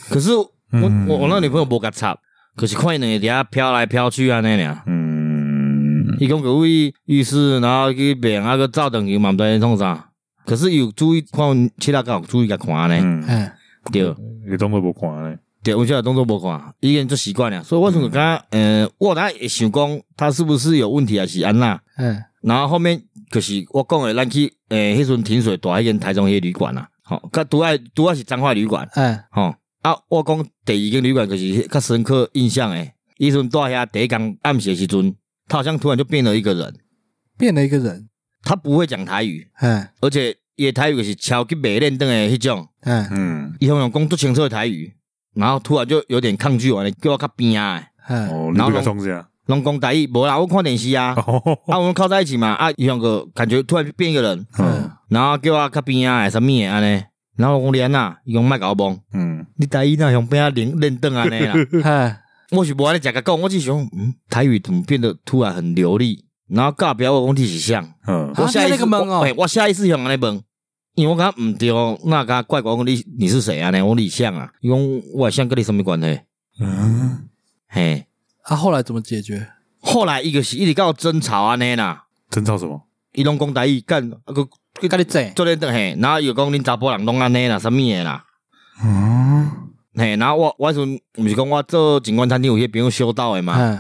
可是我
嗯
我我那女朋友无甲插，可是看伊两个伫遐飘来飘去安尼俩。
嗯，
伊讲个位浴室，然后去变啊个照灯，伊嘛毋知咧创啥。可是伊有注意看，其他有注意甲看咧，
嗯，
哎，
对
你当作无看嘞，
对，我现在动作无看，已经做习惯了。所以我想讲，呃，我当会想讲，他是不是有问题，还啊是安那？
哎，
然后后面就是我讲的，咱去呃诶，迄阵停水大迄间台中迄个旅馆啊，吼、甲拄爱拄爱是彰化旅馆，
哎，
吼、啊，我讲第二间旅馆就是迄较深刻印象诶。伊阵住遐第一工暗时的时阵，他好像突然就变了一个人，
变了一个人，
他不会讲台语，
哎，
而且伊的台语就是超级袂练登的迄种，
哎，
嗯，
伊用用讲足清楚的台语，然后突然就有点抗拒完了，叫我较边啊的，
哎，
哦，你不要创啥，
拢讲台语，无啦，我看电视啊，啊，
哦，
我们靠在一起嘛，啊，伊用个感觉突然变一个人，
嗯，
然后叫我较边啊的，啥物的安尼，然后我讲你安那，伊讲莫甲我帮，
嗯，
你台语那用边啊练练登安尼 啦，
哎，
我是无安尼食甲讲，我只想，嗯，台语怎么变得突然很流利，然后隔壁我讲你是啥？
嗯，
啊
我下
你
意
那
识
个问哦
我嘿我下意识向安尼问，因为我感觉毋对哦，那甲怪怪我讲你你是谁啊？呢，我李想啊，伊讲我想跟你什么关系？
嗯，
嘿，
啊，后来怎么解决？
后来伊就是一直跟我争吵安尼啦，
争吵什么？
伊拢讲台语干，啊个
就跟你整，
做咧等嘿，然后又讲恁查甫人拢安尼啦，什物的啦，
嗯，
嘿，然后我我迄阵毋是讲我做景观餐厅有迄朋友修道的嘛，
嗯，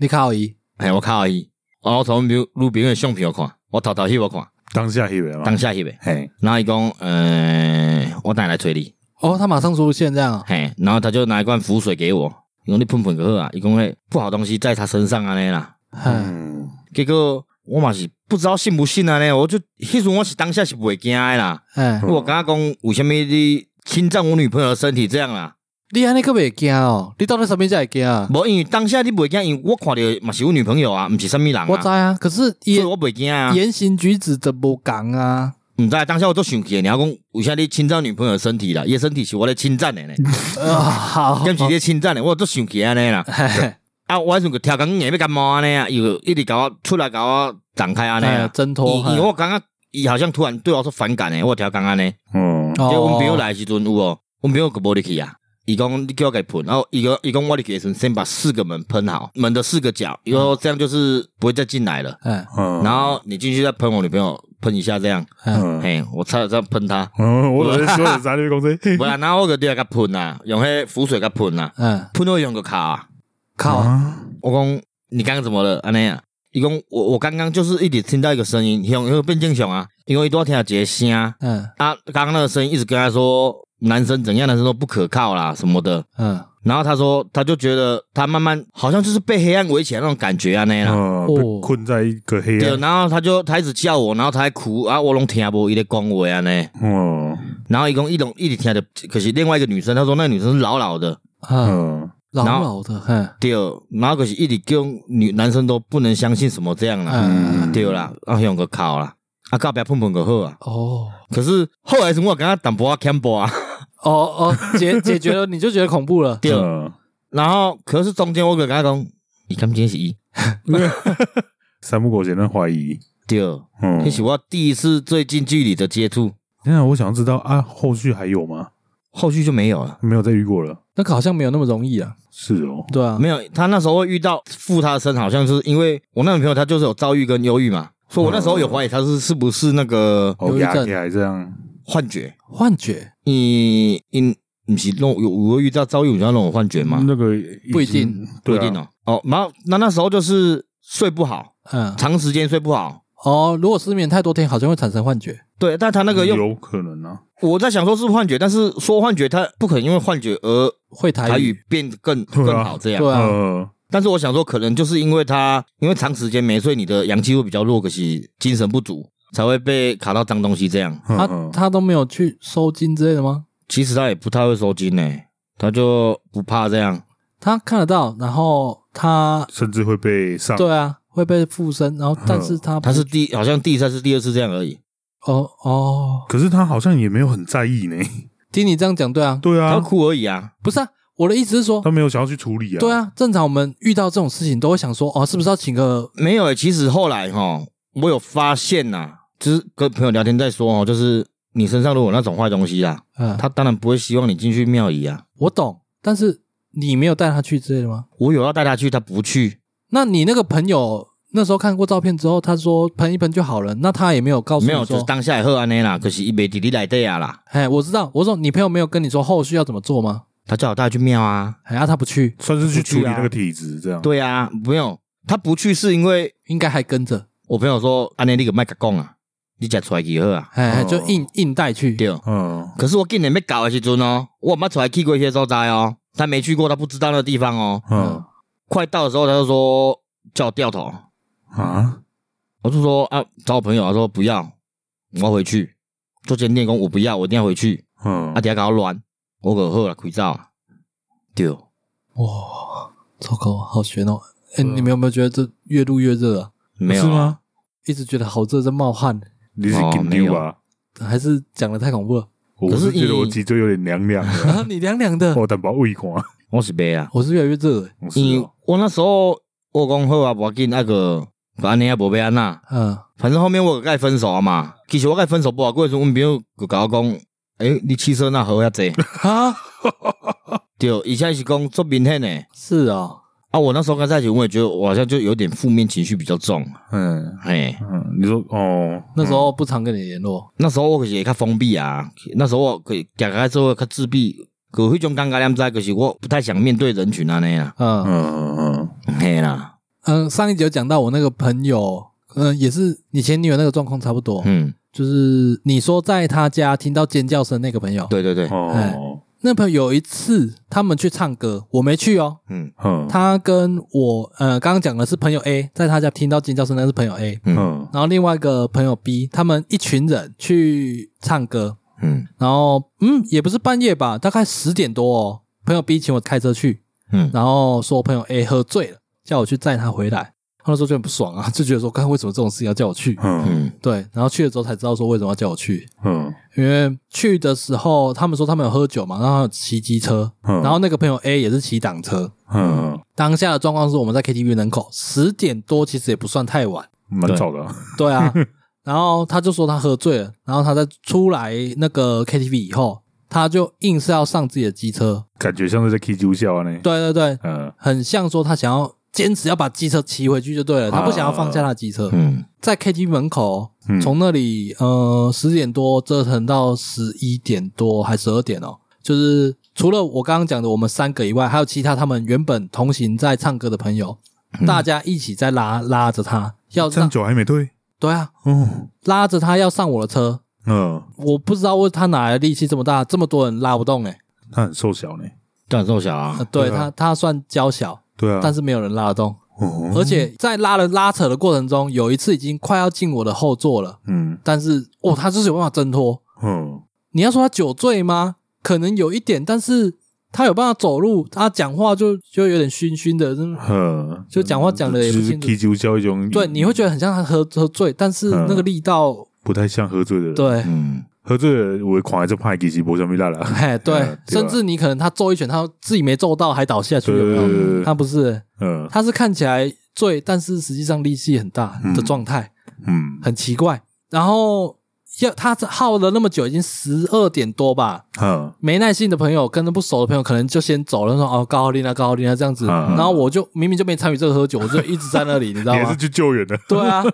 你靠姨，
嘿，我靠伊，然后我从朋友女朋友的相片看，我偷偷翕我看，
当下迄个嘛
当，下翕的，
嘿，
然后伊讲，呃，我等下来找你。
哦，他马上出现这样啊，
嘿，然后他就拿一罐符水给我，伊讲你喷喷就好啊，伊讲迄不好东西在他身上安尼啦。
哎，
嗯，
结果我嘛是不知道信不信安尼，我就迄阵我是当下是袂惊的啦，
哎，
我感觉讲为什么你侵占我女朋友的身体这样啦？
你安尼个袂惊哦，你到底什么才会惊啊？
无因为当下你袂惊，因为我看到嘛是我女朋友啊，毋是什物人啊，
我知
所
啊，可是
以
言
我袂惊啊。
言行举止的无共 啊，
毋知道当下我都想起，你要讲为啥你侵占女朋友的身体啦？伊的身体是我咧侵占的 呢，
呃，好，
敢 是你侵占的，我都想起安尼啦。
哎，
啊，我迄阵个跳工硬要感冒安尼啊，又一直甲我出来甲我展开安尼
哎
啊。
挣脱，
伊伊我感觉伊好像突然对我说反感诶，我调工安尼。
哦，
哦
结果阮朋友来的时阵有哦，阮朋友个无入去啊。伊讲你叫我给喷，然后伊讲伊讲我入去的时阵先把四个门喷好，门的四个角，以后这样就是不会再进来了。
哎，
嗯，
然后你进去再喷我女朋友，喷一下这样，
哎，
嗯，
嘿，我差点这样喷她。
嗯，我在说啥那个 公司，
不然，然后我个对甲喷啊，用迄浮水甲喷啊，
哎，
喷到用个卡啊。
嗯
靠，嗯
我讲你刚刚怎么了？安尼啊，伊讲我我刚刚就是一直听到一个声音，像因为变正常啊，因为伊多听到一个声啊，
嗯
刚刚那个声音一直跟他说男生怎样，男生都不可靠啦什么的。
嗯，
然后他说，他就觉得他慢慢好像就是被黑暗围起来那种感觉啊那样啦。
哦
呃，被困在一个黑
对，啊
暗，
然后他就他一直叫我，然后他还哭啊，我拢听无伊咧讲话啊呢。
哦，
然后一共一拢一直听着，可是另外一个女生，她说那个女生是老老的，
啊，
嗯，
老
然后
老的，嗯
对，然后可是一直跟女男生都不能相信什么这样啦，
嗯，
对啦，啊用个靠啦，啊告别碰碰个好啊。
哦
可是后来是我跟他淡薄啊 c a m b 啊，
哦哦，解解决了你就觉得恐怖了，
对，啊
嗯
然后可是中间我就跟他讲，你敢真是伊，
嗯 三木狗先生怀疑，
对，
嗯
那，是我第一次最近距离的接触，
那我想要知道啊，后续还有吗？
后续就没有了。
没有再遇过了，
那个好像没有那么容易啊，
是哦，
对啊，
没有，他那时候会遇到附他的身，好像是因为我那个朋友他就是有躁郁跟忧郁嘛，所以我那时候有怀疑他是是不是那个
忧
哦，
郁
牙
症
起来这样，
幻觉，
幻觉
因因不是弄有有会遇到躁郁，你知道那种幻觉吗？
那个
不一
已经
定，
不
嗯对
一
啊
定哦。哦，然后那那时候就是睡不好，
嗯，
长时间睡不好。
哦，如果失眠太多天，好像会产生幻觉，
对，但他那个又
有可能啊，
我在想说是不是幻觉，但是说幻觉他不可能因为幻觉而
会台
台语
语，
变得更
对啊
更好这样。
对啊，
呃，
但是我想说，可能就是因为他因为长时间没睡，你的阳气会比较弱，可是精神不足，才会被卡到脏东西这样。
他
嗯
他都没有去收金之类的吗？
其实他也不太会收精呢、他就不怕这样。
他看得到，然后他
甚至会被上，
对啊会被附身，然后但是他
嗯他是第好像第一次还是第二次这样而已。
哦哦，
可是他好像也没有很在意呢，
听你这样讲，对啊，
对
他
啊，
哭而已啊，
不是啊，我的意思是说
他，没有想要去处理啊，
对，啊，正常我们遇到这种事情都会想说，哦，是不是要请个
没有、欸。其实后来哈，我有发现呐、就是跟朋友聊天在说哦，就是你身上如果有那种坏东西啊，
嗯，
他当然不会希望你进去庙宇啊。
我懂，但是你没有带他去之类的吗？
我有要带他去，他不去，
那你那个朋友那时候看过照片之后，他说喷一喷就好了，那他也没有告诉
没有，
你
就是
说，嗯
当下也喝安内啦。可是伊没弟弟来对啊啦，
哎，我知道，我说你朋友没有跟你说后续要怎么做吗？
他叫我带他去庙啊。
哎，啊、他不去，
算是去处理
不去啊
那个体质这样，
对啊，没有，他不去是因为
应该还跟着，
我朋友说安内你个麦克讲啊，你假出来去 喝啊，
哎，
哦
就硬硬带去，
对。
嗯，
可是我今年被搞的时阵哦，我妈出来去过一些所在哦，他没去过，他不知道那个地方哦。
嗯
快到的时候，他就说叫我掉头，
啊，
我就说啊，找我朋友，他说不要，我要回去做间电工，我不要，我一定要回去。
嗯
啊，，底下搞乱，我可好了，开照。对，
哇，糟糕，好悬哦！哎，你们有没有觉得这越录越热啊？
没有
是吗？？
一直觉得好热，在冒汗，
你是
哦
金
没有
丢吧？
还是讲的太恐怖了？
我
可是
是觉得
你
我脊椎有点凉凉的，
啊，你凉凉的，
我担保胃狂，
我是没啊，
我是越来越热欸了，
我是
因为
哦
我那时候我讲好啊，无要紧，那个安尼也无要安那，
嗯，
反正后面我有跟他分手啊嘛。其实我跟他分手不好，过一阵阮朋友就甲我讲，诶、你气色那好 遐济，
啊，
对，以前是讲做明显诶。
是哦，
啊，我那时候跟他在一起，我也觉得我好像就有点负面情绪比较重，
嗯
嘿。
嗯，你说哦，
那时候不常跟你联络，
那时候我可是会较封闭啊，那时候我可以行开之后较自闭，可有迄种尴尬念在，可是我不太想面对人群安尼啊，
嗯
嗯嗯嗯
嘿啦，
嗯，上一集有讲到我那个朋友，嗯，也是你前女友那个状况差不多，
嗯，
就是你说在他家听到尖叫声那个朋友，
对对对
嗯，，
哎
哦，
那朋友有一次他们去唱歌，我没去哦，
嗯
嗯
他跟我呃刚刚讲的是朋友 A 在他家听到尖叫声，那是朋友 A，
嗯
嗯
然后另外一个朋友 B 他们一群人去唱歌，
嗯
然后嗯也不是半夜吧，大概十点多哦，朋友 B 请我开车去，
嗯，
然后说我朋友 A 喝醉了，叫我去载他回来。他那时候就很不爽啊，就觉得说，刚为什么这种事情要叫我去？
嗯
嗯
对，然后去了之后才知道说为什么要叫我去，
嗯
因为去的时候他们说他们有喝酒嘛，然后还有骑机车，
嗯，
然后那个朋友 A 也是骑挡车。
嗯
当下的状况是我们在 KTV 门口，十点多其实也不算太晚，
蛮早的啊，
对啊。然后他就说他喝醉了，然后他在出来那个 KTV 以后，他就硬是要上自己的机车，
感觉像是在 K 九笑啊呢，
对对对，
嗯
很像说他想要坚持要把机车骑回去就对了，他不想要放下他的机车。
嗯
在 KTV 门口，
嗯
从那里呃十点多折腾到十一点多还十二点哦，就是除了我刚刚讲的我们三个以外，还有其他他们原本同行在唱歌的朋友，大家一起在拉拉着他，要
三
上
九还没退
对啊，
哦，
拉着他要上我的车。
嗯，
我不知道为他哪来的力气这么大，这么多人拉不动哎、
他很瘦小呢，
干瘦小啊
呃，对
对啊
他，他算娇小，
对啊，
但
是
是没有人拉得动。
哦，
而且在拉了拉扯的过程中，有一次已经快要进我的后座了，
嗯
但是哦，他就是有办法挣脱。
嗯，
你要说他酒醉吗？可能有一点，但是他有办法走路，他讲话就就有点醺醺的，
嗯
真的
呵，
就讲话讲得也不
就是
清楚
踢球教一种，
对，你会觉得很像他喝喝醉，但是
嗯
那个力道，
不太像喝醉的人，，
对，
嗯，
喝醉的人我狂还是怕其实没什么力啦，
哎，对
嗯，对啊
甚至你可能他揍一拳，他自己没揍到，还倒下去，
对
有
对
没
对
有？
对对，
他不是，欸
嗯
他是看起来醉，但是实际上力气很大的状态，
嗯，
很奇怪。然后要他耗了那么久，已经十二点多吧。
哈，
没耐心的朋友，跟那不熟的朋友，可能就先走了，说哦高浩林啊，高浩林啊这样子。
嗯
然后我就明明就没参与这个喝酒，我就一直在那里，你知
你
道
还是
吗？
去救援的，
对啊。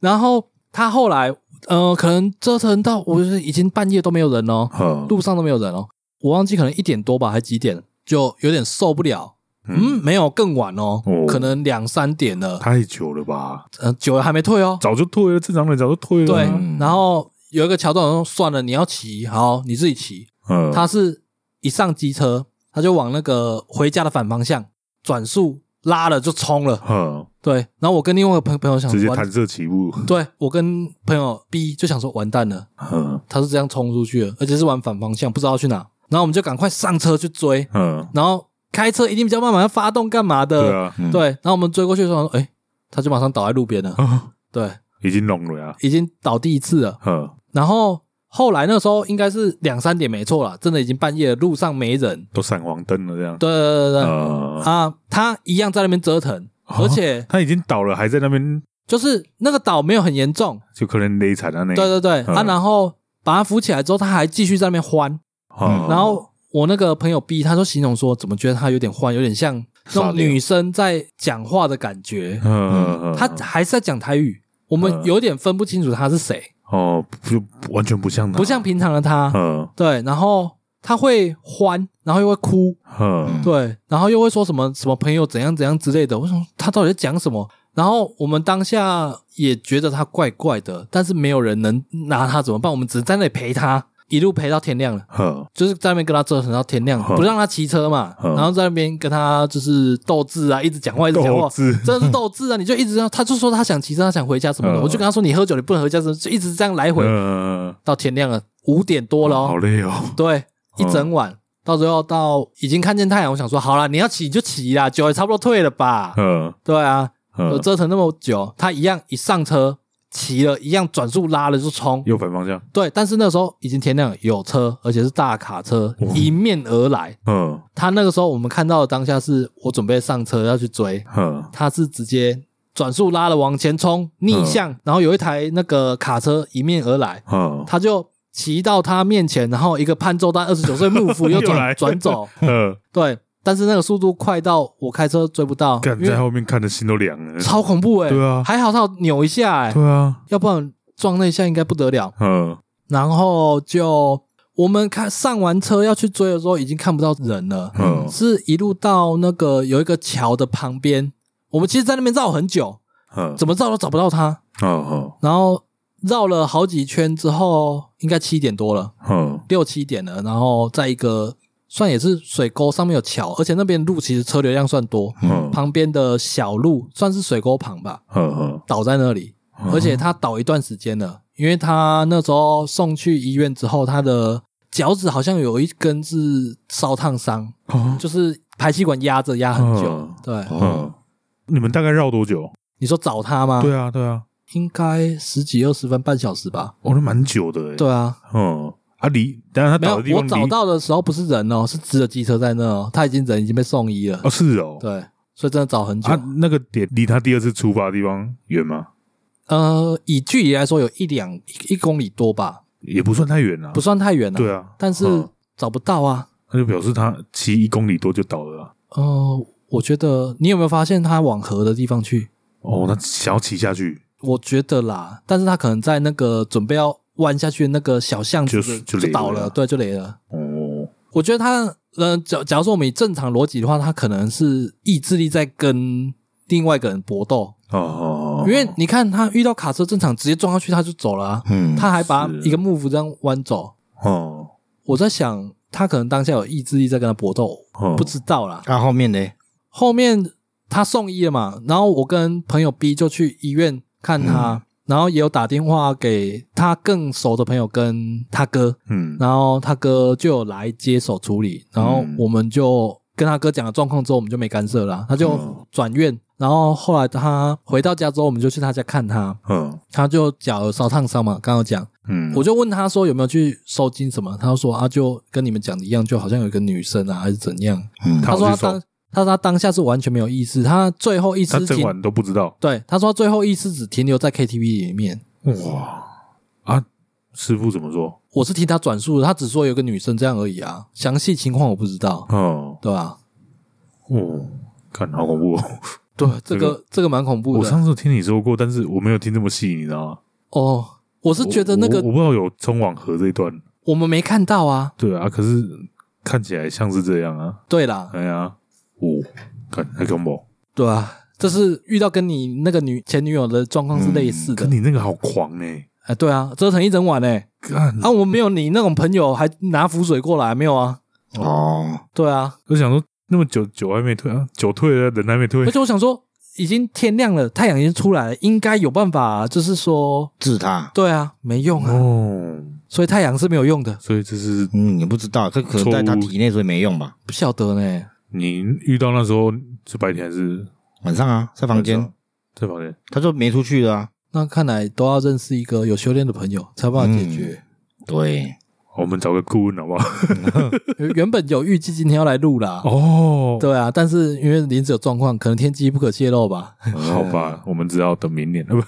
然后他后来，呃，可能折腾到我就是已经半夜都没有人哦，
哈，
路上都没有人哦。我忘记可能一点多吧，还几点，就有点受不了。嗯，，没有更晚哦，
哦
可能两三点了。
太久了吧，
呃，酒还没退哦。
早就退了，正常人早就退了，
对
嗯，
然后有一个桥段，我说算了，你要骑，好，你自己骑。
嗯，
他是一上机车，他就往那个回家的反方向转速拉了就冲了。
嗯，
对，然后我跟另外一个朋朋友想
直接
完
弹射起步，
对我跟朋友 B 就想说完蛋了，
嗯
他是这样冲出去了，而且是往反方向，不知道去哪。然后我们就赶快上车去追，
嗯，
然后开车一定比较慢嘛，要发动干嘛的？
对啊，
嗯
对，然后我们追过去的时候，哎，他就马上倒在路边了。
啊，
对，
已经拢了呀，
已经倒第一次了。
嗯，
然后后来那时候应该是两三点没错了，真的已经半夜了，路上没人。
都闪黄灯了这样，
对对对对对
呃，
啊，他一样在那边折腾，
啊
而且
他已经倒了，还在那边，
就是那个岛没有很严重，
就可能勒惨啊那，
对对对
嗯
啊，然后把他扶起来之后，他还继续在那边欢。
啊，
然后我那个朋友 B 他就形容说，怎么觉得他有点欢，有点像那
傻
种
屌
女生在讲话的感觉，
어,嗯，
他还是在讲台语，我们
嗯
有点分不清楚他是谁，
哦，不不完全不像他，
不像平常的他。
嗯
对，然后他会欢，然后又会哭，
嗯
对，然后又会说什么什么朋友怎样怎样之类的。我想他到底在讲什么？然后我们当下也觉得他怪怪的，但是没有人能拿他怎么办？我们只是在那里陪他，一路陪到天亮了，
嗯
就是在那边跟他折腾到天亮，
呵
不让他骑车嘛，
呵
然后在那边跟他就是斗智啊，一直讲话，一直讲话
斗。志，
真的是斗智啊！你就一直让他就说他想骑车，他想回家什么的，
嗯
我就跟他说你喝酒，你不能回家什么，就一直这样
어,
来回、
嗯，
到天亮了，五点多了、哦，
好累哦，
对，一
嗯
整晚，到最后到已经看见太阳，我想说好啦，你要起就起啦，酒也差不多退了吧？
嗯
对啊，我
嗯，
折腾那么久，他一样一上车骑了一样转速拉了就冲，
右反方向，
对，但是那时候已经天亮了，有车，而且是大卡车迎面而来。
嗯
他那个时候我们看到的当下是我准备上车要去追，
嗯
他是直接。转速拉了往前冲，逆向，然后有一台那个卡车迎面而来，
嗯
他就骑到他面前，然后一个潘州丹二十九岁幕 府又
又来
转转走，
嗯，
对，但是那个速度快到我开车追不到，
干
因
在
为
后面看的心都凉了，
超恐怖哎、
对啊
还好他有扭一下哎、
对啊，
要不然撞那一下应该不得了。
嗯
然后就我们看上完车要去追的时候，已经看不到人了，
嗯
是一路到那个有一个桥的旁边，我们其实在那边绕很久，
嗯，
怎么绕都找不到他，
嗯
然后绕了好几圈之后，应该七点多了。
嗯
六七点了，然后在一个算也是水沟上面有桥，而且那边路其实车流量算多，
嗯
旁边的小路算是水沟旁吧，
嗯
倒在那里，
嗯，
而且他倒一段时间了，因为他那时候送去医院之后，他的脚趾好像有一根是烧烫伤，就是排气管压着压很久
哦嗯。
对，
哦，
嗯，你们大概绕多久？
你说找他吗？
对啊对啊，
应该十几二十分半小时吧。
哦，那蛮久的欸，
对啊，
嗯啊离，但是他
没有
倒的地方
我找
离
到的时候不是人哦，是只有机车在那哦，他已经人已经被送医了。
哦是哦，
对，所以真的找很久。
啊那个点离他第二次出发的地方远吗？
呃，以距离来说，有一两一一公里多吧，
也不算太远啊，
不算太远了、
对，啊，
但是
嗯
找不到啊。
那就表示他骑一公里多就倒了啊。
呃，我觉得你有没有发现他往河的地方去？嗯
哦，他想要骑下去，
我觉得啦，但是他可能在那个准备要弯下去的那个小巷子
就是就
就
雷了
倒了，对，就雷了。
哦，
我觉得他，呃，假假如说我们以正常逻辑的话，他可能是意志力在跟另外一个人搏斗，
哦，
因为你看他遇到卡车正常直接撞上去他就走了、啊，
嗯，
他还把
是
一个幕府这样弯走。
哦
我在想，他可能当下有意志力在跟他搏斗，
哦，
不知道啦。
啊后面呢？
后面他送医了嘛，然后我跟朋友 B 就去医院看他， 然后也有打电话给他更熟的朋友跟他哥，
嗯
然后他哥就有来接手处理，然后
嗯
我们就跟他哥讲了状况之后，我们就没干涉啦，他就转院。然后后来他回到家之后，我们就去他家看他，
嗯
他就脚有烧烫伤嘛，刚刚有讲，
嗯，
我就问他说有没有去收金什么，他就说啊，就跟你们讲的一样，就好像有一个女生啊，还是怎样，
嗯，
他
他说
有
他
去收
当他说他当下是完全没有意识，他最后意
他
识
整
停
晚都不知道
对他说他最后意识只停留在 KTV 里面。
哇啊！师傅怎么说？
我是听他转述的，他只说有个女生这样而已啊，详细情况我不知道，
哦
对吧、
哦，看好恐怖、哦！
对，这个这个蛮恐怖
我
的
上次听你说过，但是我没有听这么细，你知道吗？
哦。我是觉得那个
我我我不知道有冲网河这一段，
我们没看到啊。
对啊，可是看起来像是这样啊。
对啦，
哎呀，哦，看那个某，
对啊，这是遇到跟你那个女前女友的状况是类似的
嗯跟。你那个好狂欸呢、
哎，对啊，折腾一整晚哎、
看，
啊，我没有你那种朋友还拿符水过来没有啊？
哦，
对啊，
我想说那么久酒还没退啊，酒退了人还没退
而，且我想说，已经天亮了，太阳已经出来了，应该有办法、就是说，
治他，
对啊，没用啊，
哦，
所以太阳是没有用的，
所以这是
嗯，你不知道，他可能在他
错误
体内所以没用吧？
不晓得呢。
你遇到那时候是白天还是
晚上啊，在房
晚
间
上，在房间？
他就没出去了啊。
那看来都要认识一个有修炼的朋友，才有办法解决。
对，
我们找个顾问好不好？
原原本有预计今天要来录啦，
哦，
对啊，但是因为临时有状况，可能天机不可泄露吧，
好吧，我们只好等明年了，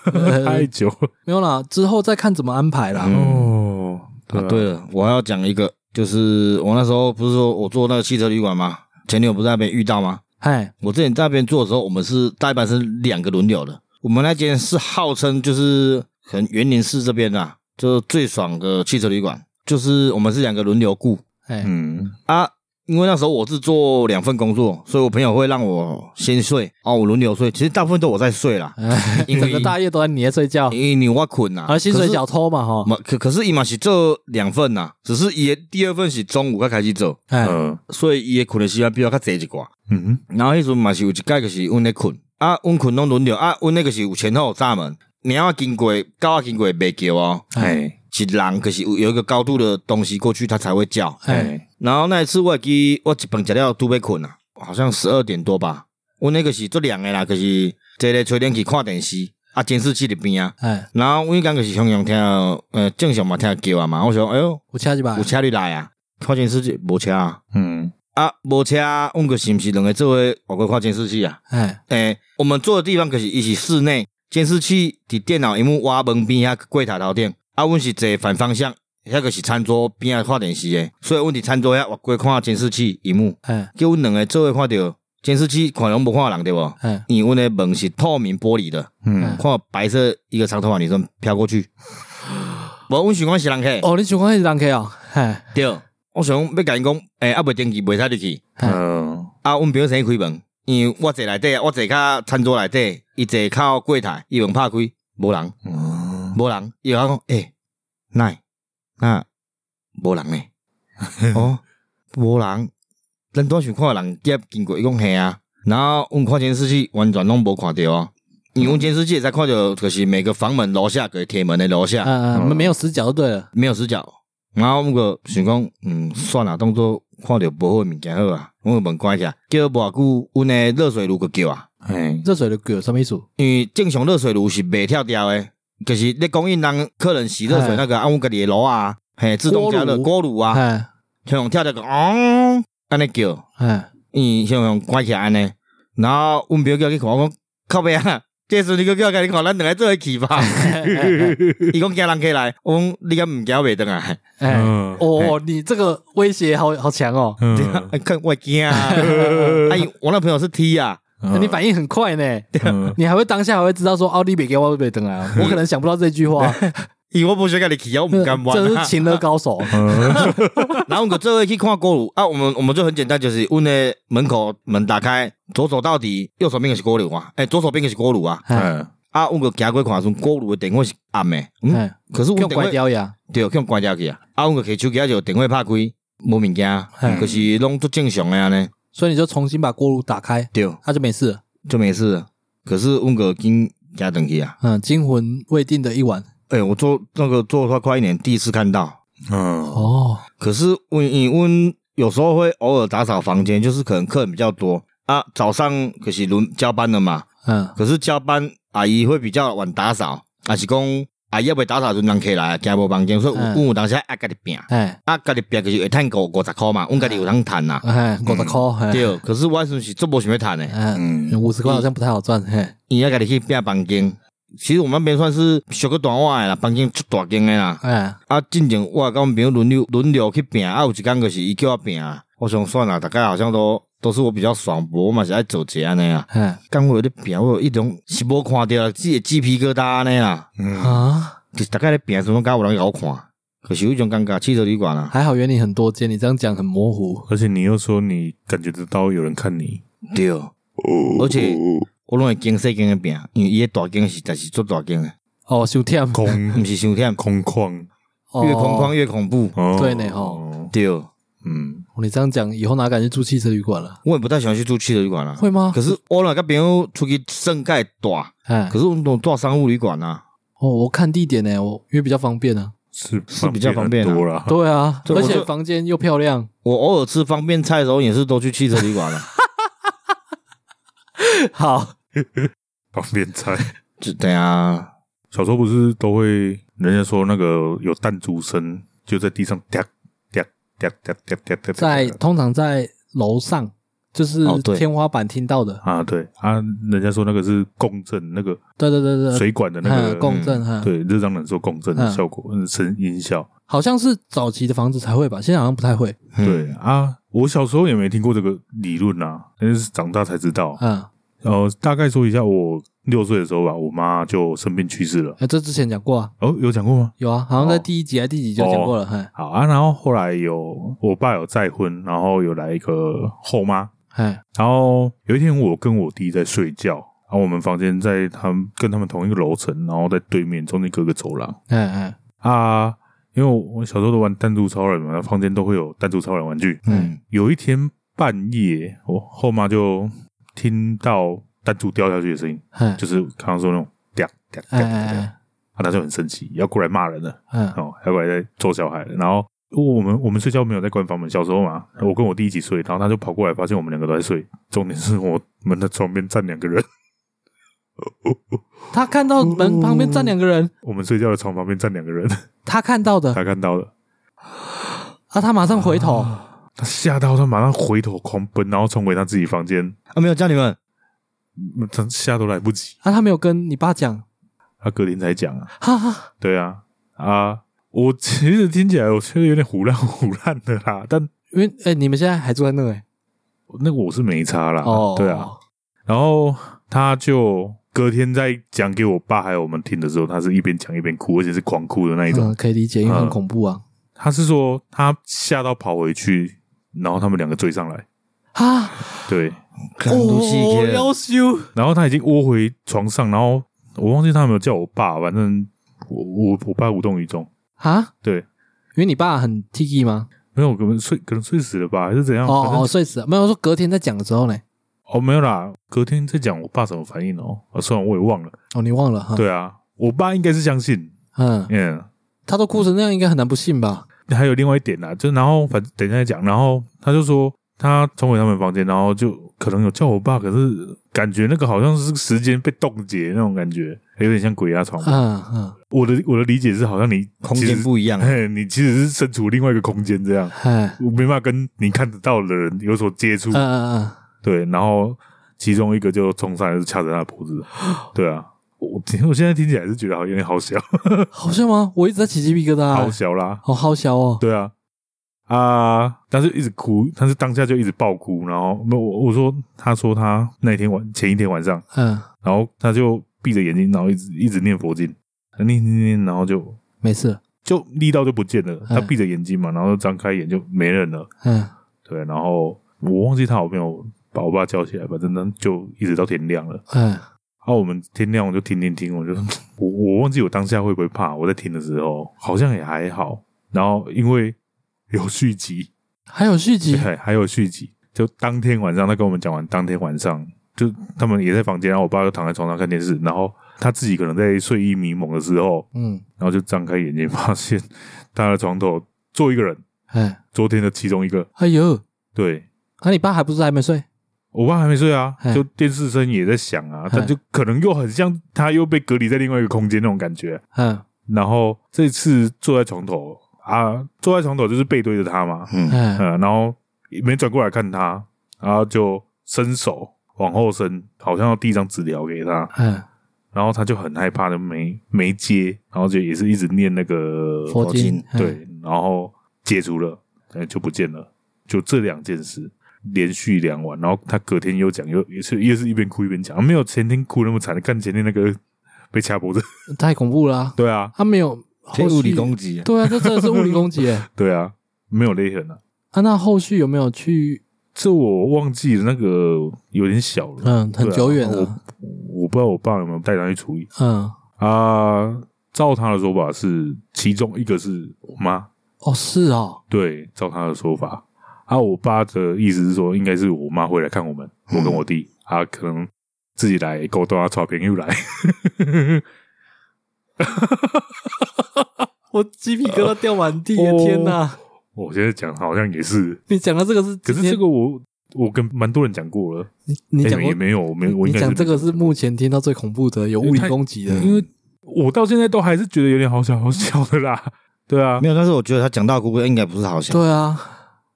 太久了。
没有啦，之后再看怎么安排啦。
嗯
哦，
啊
对啊
对了，我还要讲一个，就是我那时候不是说我做那个汽车旅馆吗？前女友不是在那边遇到吗？
嗨，
我之前在那边做的时候，我们是大班是两个轮流的。我们那间是号称就是很园林市这边啊，就是最爽的汽车旅馆，就是我们是两个轮流雇
哎，
嗯
啊。因为那时候我是做两份工作，所以我朋友会让我先睡啊，我轮流睡。其实大部分都我在睡啦，
哎
因 为
整个大夜都在你在睡觉，
因为你我困呐、
而薪水小偷嘛
可是
哈，
嘛可可是伊嘛是做两份呐、只是伊的第二份是中午才开始做，
哎，
呃
所以伊的困的时间比我较侪一寡。
嗯
然后迄阵嘛是有一届就是阮咧困，啊，阮困拢轮流，啊，阮那个是有前后有闸门，猫仔经过，狗仔经过袂叫哦，
哎
是人可是有有一个高度的东西过去它才会叫。
哎，
哎
然后那一次我会记我一饭食了拄要困啊，好像十二点多吧，阮那个是做凉的啦，可是坐咧吹冷气看电视，啊，监视器伫边啊。
哎，
然后阮刚就是常常听到，呃，正常嘛听到叫啊嘛，我想，哎哟，
我掐几把
有，车你来啊，看监视器无车啊，
嗯
啊，无车，阮个是毋是两个做伙外国看监视器啊？
哎，
诶、我们做的地方可是伊是室内，监视器伫电脑荧幕挖门边遐柜台头顶，啊，阮是坐反方向，遐个是餐桌边仔看电视诶，所以阮伫餐桌遐越过看监视器荧幕，
哎，
叫阮两个做伙看着监视器，看拢无看人对无？
哎，
因为阮诶门是透明玻璃的，
嗯，
看白色一个长头发女生飘过去，无，阮想讲是人客，
哦，你喜欢是人客哦，哎，
对，我想要甲因讲，诶、啊，未登记袂使入去。
呃
啊，阮朋友先去开门，因为我坐内底，我坐较餐桌内底，伊坐靠柜台，伊门拍开，无人，
嗯
无人，伊就讲，诶、奶，那无人呢？哦，无人，咱当想看有人夹经过，伊讲嘿啊，然后阮看监视器完全拢无看着哦，因为阮监视器才看着，就是每个房门楼下个铁门的楼下、
嗯嗯，没有死角就对了，
没有死角。然后阮个想讲，嗯，算啦，当做看着无好的物件好啊，阮个门关起来，叫无偌久，阮的热水炉个叫啊，
哎
热水的鬼有什么意思？
因为正常热水炉是袂跳掉的，就是你供应人客人洗热水那个，按阮家己的炉啊，嘿，自动加热
锅
锅炉啊，
哎，
像用跳掉个，嗯，安尼叫，
哎，
伊像用关起来安尼，然后阮表叫去看，我讲靠边啊， 这时候你个叫家己看，咱两个做一起 吧，伊讲惊人客来，我讲你敢毋惊我啊袂转来。
哎，
嗯
哦，你这个威胁好好强哦，
对啊，哎看我惊啊！ 哎，我那朋友是 T 啊，
那哎你反应很 快呢，
应
啊你还会当下还会知道说奥利别给我被等来哦，我可能想不到这句话，
伊我不想跟你去啊，嗯 我不敢 玩
这
啊。
是情乐高手，
然后我们这位去看锅炉啊，我们我们就很简单，就是问的门口门打开，左手到底，右手边就是锅炉啊，哎、左手边就是锅炉啊，
哎
哎，
啊，我个行过看的时候，锅炉的电话是暗的，嗯，
哎，
可是我
用
电话
拐雕呀，
对，去用关掉去啊，啊，我个摕手机啊就电话拍开，无物件
嗯，
可是拢足正常的安尼，
所以你就重新把锅炉打开，
对，
他就没事了。
就没事了。可是我个经行转去啊，
嗯，惊魂未定的一晚。
哎、我做那个做快快一年，第一次看到，
嗯，
哦，
可是我因为我有时候会偶尔打扫房间，就是可能客人比较多啊，早上可是轮交班了嘛，
嗯，
可是交班阿姨会比较晚打扫，还是讲阿姨要打扫就人客来，惊无房间，所以
嗯
我有当时爱家己拼，
哎
啊家己拼就是会趁五五十箍嘛，阮家己有通趁啦，
哎，五十块，嘿
对，可是我阵是做无想要趁的，
哎，
嗯，
五十块好像不太好赚，嘿，
伊要家己去拼房间。其实我们那边算是小个单位的啦，房间出大间的啦。
哎，
啊，进前我甲阮朋友轮流轮流去拼，啊，有一工就是伊叫我拼，啊我想算了，大概好像都都是我比较爽，无我嘛是爱做这安尼啊。
哎
刚我咧拼，我有一种是无看到自己的鸡皮疙瘩安尼啦，
啊，
就是大概咧拼的时阵，敢有人甲我看，可是有一种尴尬，汽车旅馆啊，
还好原理很多间，你这样讲很模糊。
而且你又说你感觉得到有人看你，
对，而且我拢会惊细间的拼，因为伊的大间是但是做大间的，
哦，修天，哦
空
毋是伤忝，
空旷，
越空旷越恐怖，
哦
对呢吼，
对，
嗯，
哦你这样讲，以后哪敢去住汽车旅馆了？
我也不太喜欢去住汽车旅馆啦。啊
会吗
可？是我若甲朋友出去算盖大，
哎，
可是我们都住商务旅馆啊。
哦，我看地点呢，我因为比较方便啊。
是
是比较方便啊
很多啦，
对啊，
这
而
我就
且房间又漂亮，
我偶尔吃方便菜的时候，也是都去汽车旅馆啊了。
好，
方便菜。
就对啊，
小时候不是都会，人家说那个有弹珠声，就在地上嗲嗲嗲嗲嗲嗲嗲，
在通常在楼上，就是
哦对
天花板听到的。
啊，对啊，人家说那个是共振，那个
对对对对，
水管的那
嗯
个
共振哈，
对，热胀冷缩共振的效果，嗯，声音效。
好像是早期的房子才会吧，现在好像不太会。
对啊，我小时候也没听过这个理论啊，但是长大才知道。
嗯，
呃，大概说一下，我六岁的时候吧，我妈就生病去世了。
哎，这之前讲过啊，
哦，有讲过吗？
有啊，好像在
哦
第一集还第几集就讲过了，哎嘿，
好啊，然后后来有我爸有再婚，然后有来一个后妈，
嘿，
然后有一天，我跟我弟在睡觉，然后我们房间在他们跟他们同一个楼层，然后在对面中间隔个走廊
哎哎，
啊。因为我小时候都玩弹珠超人嘛，房间都会有弹珠超人玩具。
嗯，
有一天半夜，我后妈就听到弹珠掉下去的声音，
嘿，
就是刚刚说那种掉掉掉
哎
掉，
哎
啊，
哎，
她就很生气，要过来骂人了，
嗯，
哦，要过来在揍小孩了。然后我们我们睡觉没有在关房门，小时候嘛，我跟我弟一起睡，然后他就跑过来，发现我们两个都在睡。重点是我们的床边站两个人，
他看到门旁边站两个人，
我们睡觉的床旁边站两个人，
他看到的
他看到了，
啊，他马上回头，
他吓到，他马上回头狂奔，然后冲回他自己房间，
啊，没有叫你们，
嗯他吓都来不及，
啊，他没有跟你爸讲，
他隔天才讲啊。
哈哈，
对啊，啊，我其实听起来我觉得有点胡乱胡乱的啦，但
因为哎，你们现在还住在那哎，
那个我是没差啦。
哦，
对啊，，然后他就隔天在讲给我爸还有我们听的时候，他是一边讲一边哭，而且是狂哭的那一种。
嗯，可以理解，因为很
嗯
恐怖啊，
他是说他吓到跑回去，然后他们两个追上来，
啊，
对，
看都是一个
要修，
然后他已经窝回床上，然后我忘记他有没有叫我爸，反正我我我爸无动于衷，
啊，
对，
因为你爸很 T G 吗？
没有可能睡可能睡死了吧，还是怎样？反
哦
正
哦，睡死了，没有我说隔天在讲的时候呢，
哦没有啦，隔天再讲我爸什么反应哦，啊，虽然我也忘了，
哦，你忘了哈，
对啊，我爸应该是相信，
嗯，
嗯。
他都哭成那样，应该很难不信吧？
还有另外一点啦，就然后反正等一下再讲，然后他就说他冲回他们房间，然后就可能有叫我爸，可是感觉那个好像是时间被冻结那种感觉，有点像鬼压床吧。
嗯嗯，
我的我的理解是，好像你
空
其
间
实
不一样。
嘿，你其实是身处另外一个空间这样，
哎，
我没办法跟你看得到的人有所接触
嗯，嗯嗯，
对，然后其中一个就冲上来就掐着他的脖子，对啊。我我现在听起来是觉得好像有点好笑，
好笑吗？我一直在起鸡皮疙瘩、
啊
好小啦，
好好笑哦。
对啊，啊，但是一直哭，但是当下就一直爆哭，然后没有我我说，他说他那天晚前一天晚上，
嗯，
然后他就闭着眼睛，然后一直一直念佛经，念念念，然后就
没事，
就力道就不见了。他
嗯
闭着眼睛嘛，然后张开眼就没人了。
嗯，
对，然后我忘记他有没有把我爸叫起来，反正呢就一直到天亮了。
嗯，
啊，我们天亮我就听听听，我就我我忘记我当下会不会怕，我在听的时候好像也还好。然后因为有续集，
还有续 集，
对，还有续集，就当天晚上他跟我们讲完，当天晚上就他们也在房间，然后我爸就躺在床上看电视，然后他自己可能在睡意迷蒙的时候，
嗯，
然后就张开眼睛，发现他的床头坐一个人，
哎，
昨天的其中一个，
哎呦，
对，
那、你爸还不是还没睡？
我爸还没睡啊
嘿，
就电视声也在响啊，
嘿
但就可能又很像他又被隔离在另外一个空间那种感觉。
嗯
然后这次坐在床头啊，坐在床头就是背对着他嘛，
嗯，
嗯
呃，然后也没转过来看他，然后就伸手往后伸，好像要递一张纸条给他，
嗯，
然后他就很害怕的没没接，然后就也是一直念那个
佛经，嗯，
对，然后解除了，哎，就不见了，就这两件事连续两晚，然后他隔天又讲，又也是也是一边哭一边讲，啊没有前天哭那么惨的，看前天那个 被掐脖子，
太恐怖了、啊，
对啊，
他、没有
这
后续
物理，攻击啊，
对啊，这真的是物理攻击 耶，
对啊，没有泪痕啊，
哎啊，那后续有没有去？
这我忘记了，那个有点小了，
嗯，很
对啊
久远
我
了，
我不知道我爸有没有带他去处理
嗯，
啊。照他的说法是，其中一个是我妈，
哦，是哦，
对，照他的说法，啊，我爸的意思是说，应该是我妈会来看我们，我跟我弟，啊，可能自己来勾搭找朋友来，
我鸡皮疙瘩掉满地
哦
天哪！
我现在讲好像也是，
你讲到这个是，
可是这个我我跟蛮多人讲过了，
你你
哎
讲过
也没有，我没有，我
你
应该
讲
是
这个是目前听到最恐怖的，有物理攻击的，
因为我到现在都还是觉得有点好笑好笑的啦，对啊
没，有，但是我觉得他讲大姑姑应该不是好想，
对啊，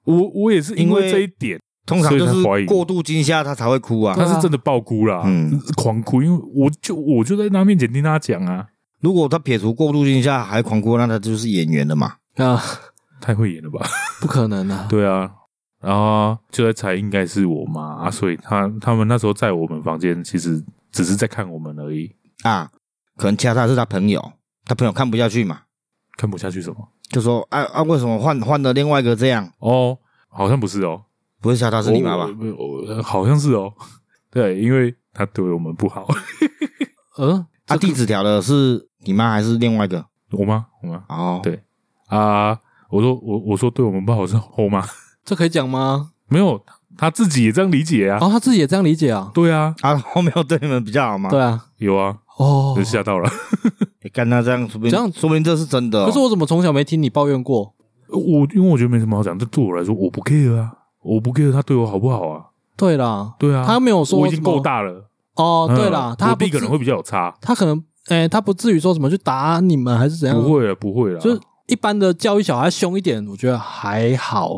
我我也是因为这一点，
通常就
所以
是
才怀疑
过度惊吓他才会哭啊
对。
他是真的爆哭啦，
嗯
狂哭，因为我就我就在他面前听他讲啊，
如果他撇除过度惊吓还狂哭，那他就是演员了嘛。
啊，
太会演了吧。
不可能啊，
对啊，然后就在猜应该是我妈啊，所以他他们那时候在我们房间，其实只是在看我们而已，
啊，可能掐他是他朋友，他朋友看不下去嘛，
看不下去什么。
就说啊啊，为什么换换了另外一个这样？
哦，好像不是哦，
不是掐他是你妈吧？
我我我好像是哦， 对，因为他对我们不好。
嗯，
啊，递纸条的是你妈还是另外一个？
我妈，我妈
哦，
对啊，我说我我说对我们不好是后妈，
这可以讲吗？
没有，他自己也这样理解啊。
哦，他自己也这样理解啊，
对啊，
啊，后面有对你们比较好吗？
对啊，
有啊，
哦
就，吓到了。
诶，干他这样，说不定
这样
说不定这是真的哦、
可是我怎么从小没听你抱怨过？
我因为我觉得没什么好讲，这对我来说我不 care 啊，我不 care 他对我好不好啊。
对啦，
对啊，
他没有说
我已经
什么
够大了。
哦，对
嗯
啦，他
我
不
弟可
至
能会比较有差，
他可能，哎，他不至于说什么去打你们还是怎样，
不，会了，啊不会了。
就是一般的教育小孩凶一点，我觉得还好。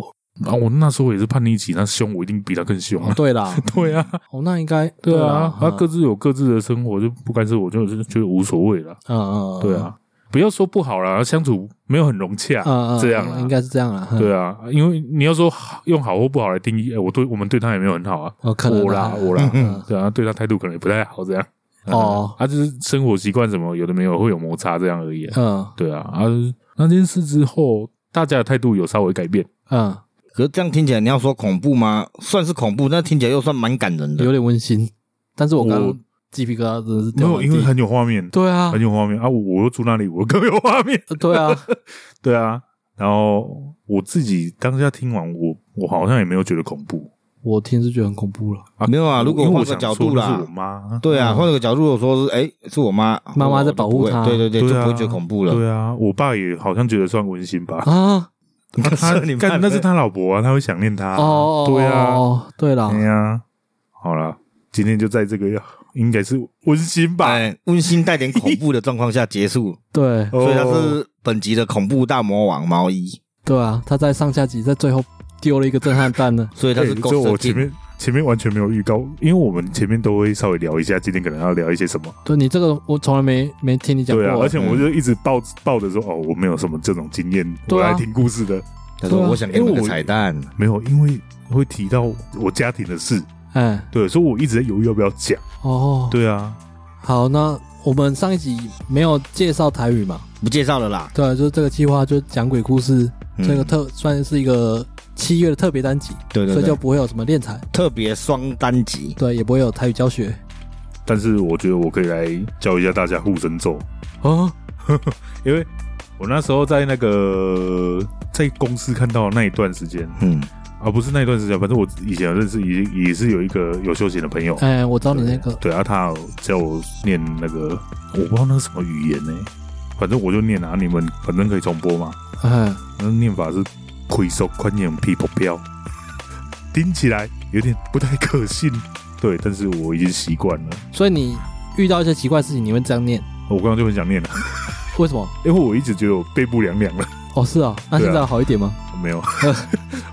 啊，我那时候也是叛逆期，那凶我一定比他更凶
哦
啊。
对啦，
对啊，
哦，那应该
对啊
啦，
他
嗯
各自有各自的生活，就不干涉我，就就就无所谓了。
嗯嗯，嗯
对，啊，不要说不好啦，相处没有很融洽
嗯嗯，嗯，
这样
嗯
啦
应该是这样啦。嗯
对啊，因为你要说好用好或不好来定义，哎我对我们对他也没有很好啊。
哦，可能
我啦，我啦，
嗯
对啊，对他态度可能也不太好， 这样。
哦
啊，就是生活习惯什么有的没有，会有摩擦这样而已啊。
嗯
对啊，啊，那件事之后，大家的态度有稍微改变。
嗯，
可是这样听起来，你要说恐怖吗？算是恐怖，但听起来又算蛮感人
嗯
的
有。点温馨，但是我刚
我
刚鸡皮疙瘩真的是
没
掉
有，
满
因为
地。
很有画面，
对啊
很，有画面啊！我我又住那里，我更有画面。
呃 对啊，
对啊，然后我自己当下听完，我我好像也没有觉得恐怖
我听是觉得很恐怖 了。
啊。
没有啊如果
因为我
换个
想
角
说
度
那
啦
是我妈。嗯
对啊，换个角度我说是，哎、是我妈，
嗯妈妈
我
在
就
保
不
护
会
她
对对对，
对
就
啊，
不会觉得恐怖了。
对啊，我爸也好像觉得算温馨吧。
啊！
啊他
你
干
看
那是他老婆啊，他会想念他。
哦，
对啊，
哦，对啦，
哎呀，好啦，今天就在这个应该是温馨吧。
哎，温馨带点恐怖的状况下结束，
对
哦
所以他是本集的恐怖大魔王毛衣，
对啊，他在上下集在最后丢了一个震撼弹呢。
所以他
哎
是
这
Ghost
我前
King。
面前面完全没有预告，因为我们前面都会稍微聊一下，今天可能要聊一些什么。
对你这个我从来没没听你讲过
对啊，，而且我
嗯
就一直抱抱着说，哦，我没有什么这种经验，我
对啊
来听故事的，
他说
对啊
我想给你们
因为
个
我
彩蛋，
没有，因为会提到我家庭的事，
哎
对，所以我一直在犹豫要不要讲。
哦，
对啊，
好，那我们上一集没有介绍台语嘛？
不介绍了啦。
对啊，就是这个计划，就讲鬼故事，
嗯
这个特算是一个七月的特别单集，
对对
所以
对
就，不会有什么练才，
特别双单集，
对，也不会有台语教学
但是我觉得我可以来教一下大家护身咒，
哦。
因为我那时候在那个在公司看到的那一段时间，
嗯，
啊，不是那一段时间，反正我以前有认识也也是有一个有休闲的朋友，
哎，我知道你那个，
对啊，他有叫我念那个我不知道那是什么语言呢、反正我就念啊，你们反正可以重播嘛。
哎，
那念法是“回收宽眼皮不飘”，听起来有点不太可信。对，但是我已经习惯了。
所以你遇到一些奇怪的事情，你会这样念，
我刚刚就很想念了，
为什么？
因为我一直觉得我背部凉凉了。
哦，是啊，那
对啊
现在有好一点吗？
没有，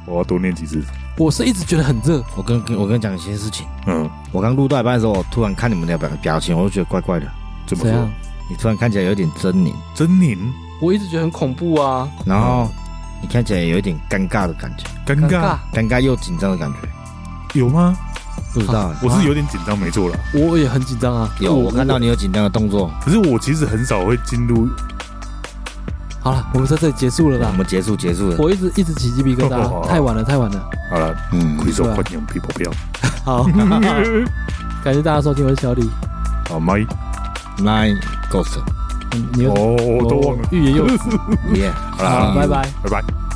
我要多念几次。
我是一直觉得很热，
我跟跟我跟你讲一些事情。
嗯，
我刚录到一半的时候，我突然看你们的表表情，我就觉得怪怪的。
怎么
怎样
说？？
你突然看起来有点狰狞，
狰狞、
我一直觉得很恐怖啊，
然后你看起来有一点尴尬的感觉，
尴
尴
尬
尬，。
尴尬又紧张的感觉，
有吗？
不知道欸。
我
啊
是有点紧张，没错啦。
我也很紧张啊。
有，我看到你有紧张的动作。
可是我其实很少会进入
好了，我们在这里结束了
我
啦。
们哦结束结束了。
我一直一直起鸡皮疙瘩，太晚了，太晚了。
好了，
嗯，
回收宽眼皮不飘。
好，感谢大家收听，我是小李。
好，麦
那 ghost，
嗯你又
哦，我都忘了。
欲言又止。
耶，
好啦
好，拜拜。
拜拜。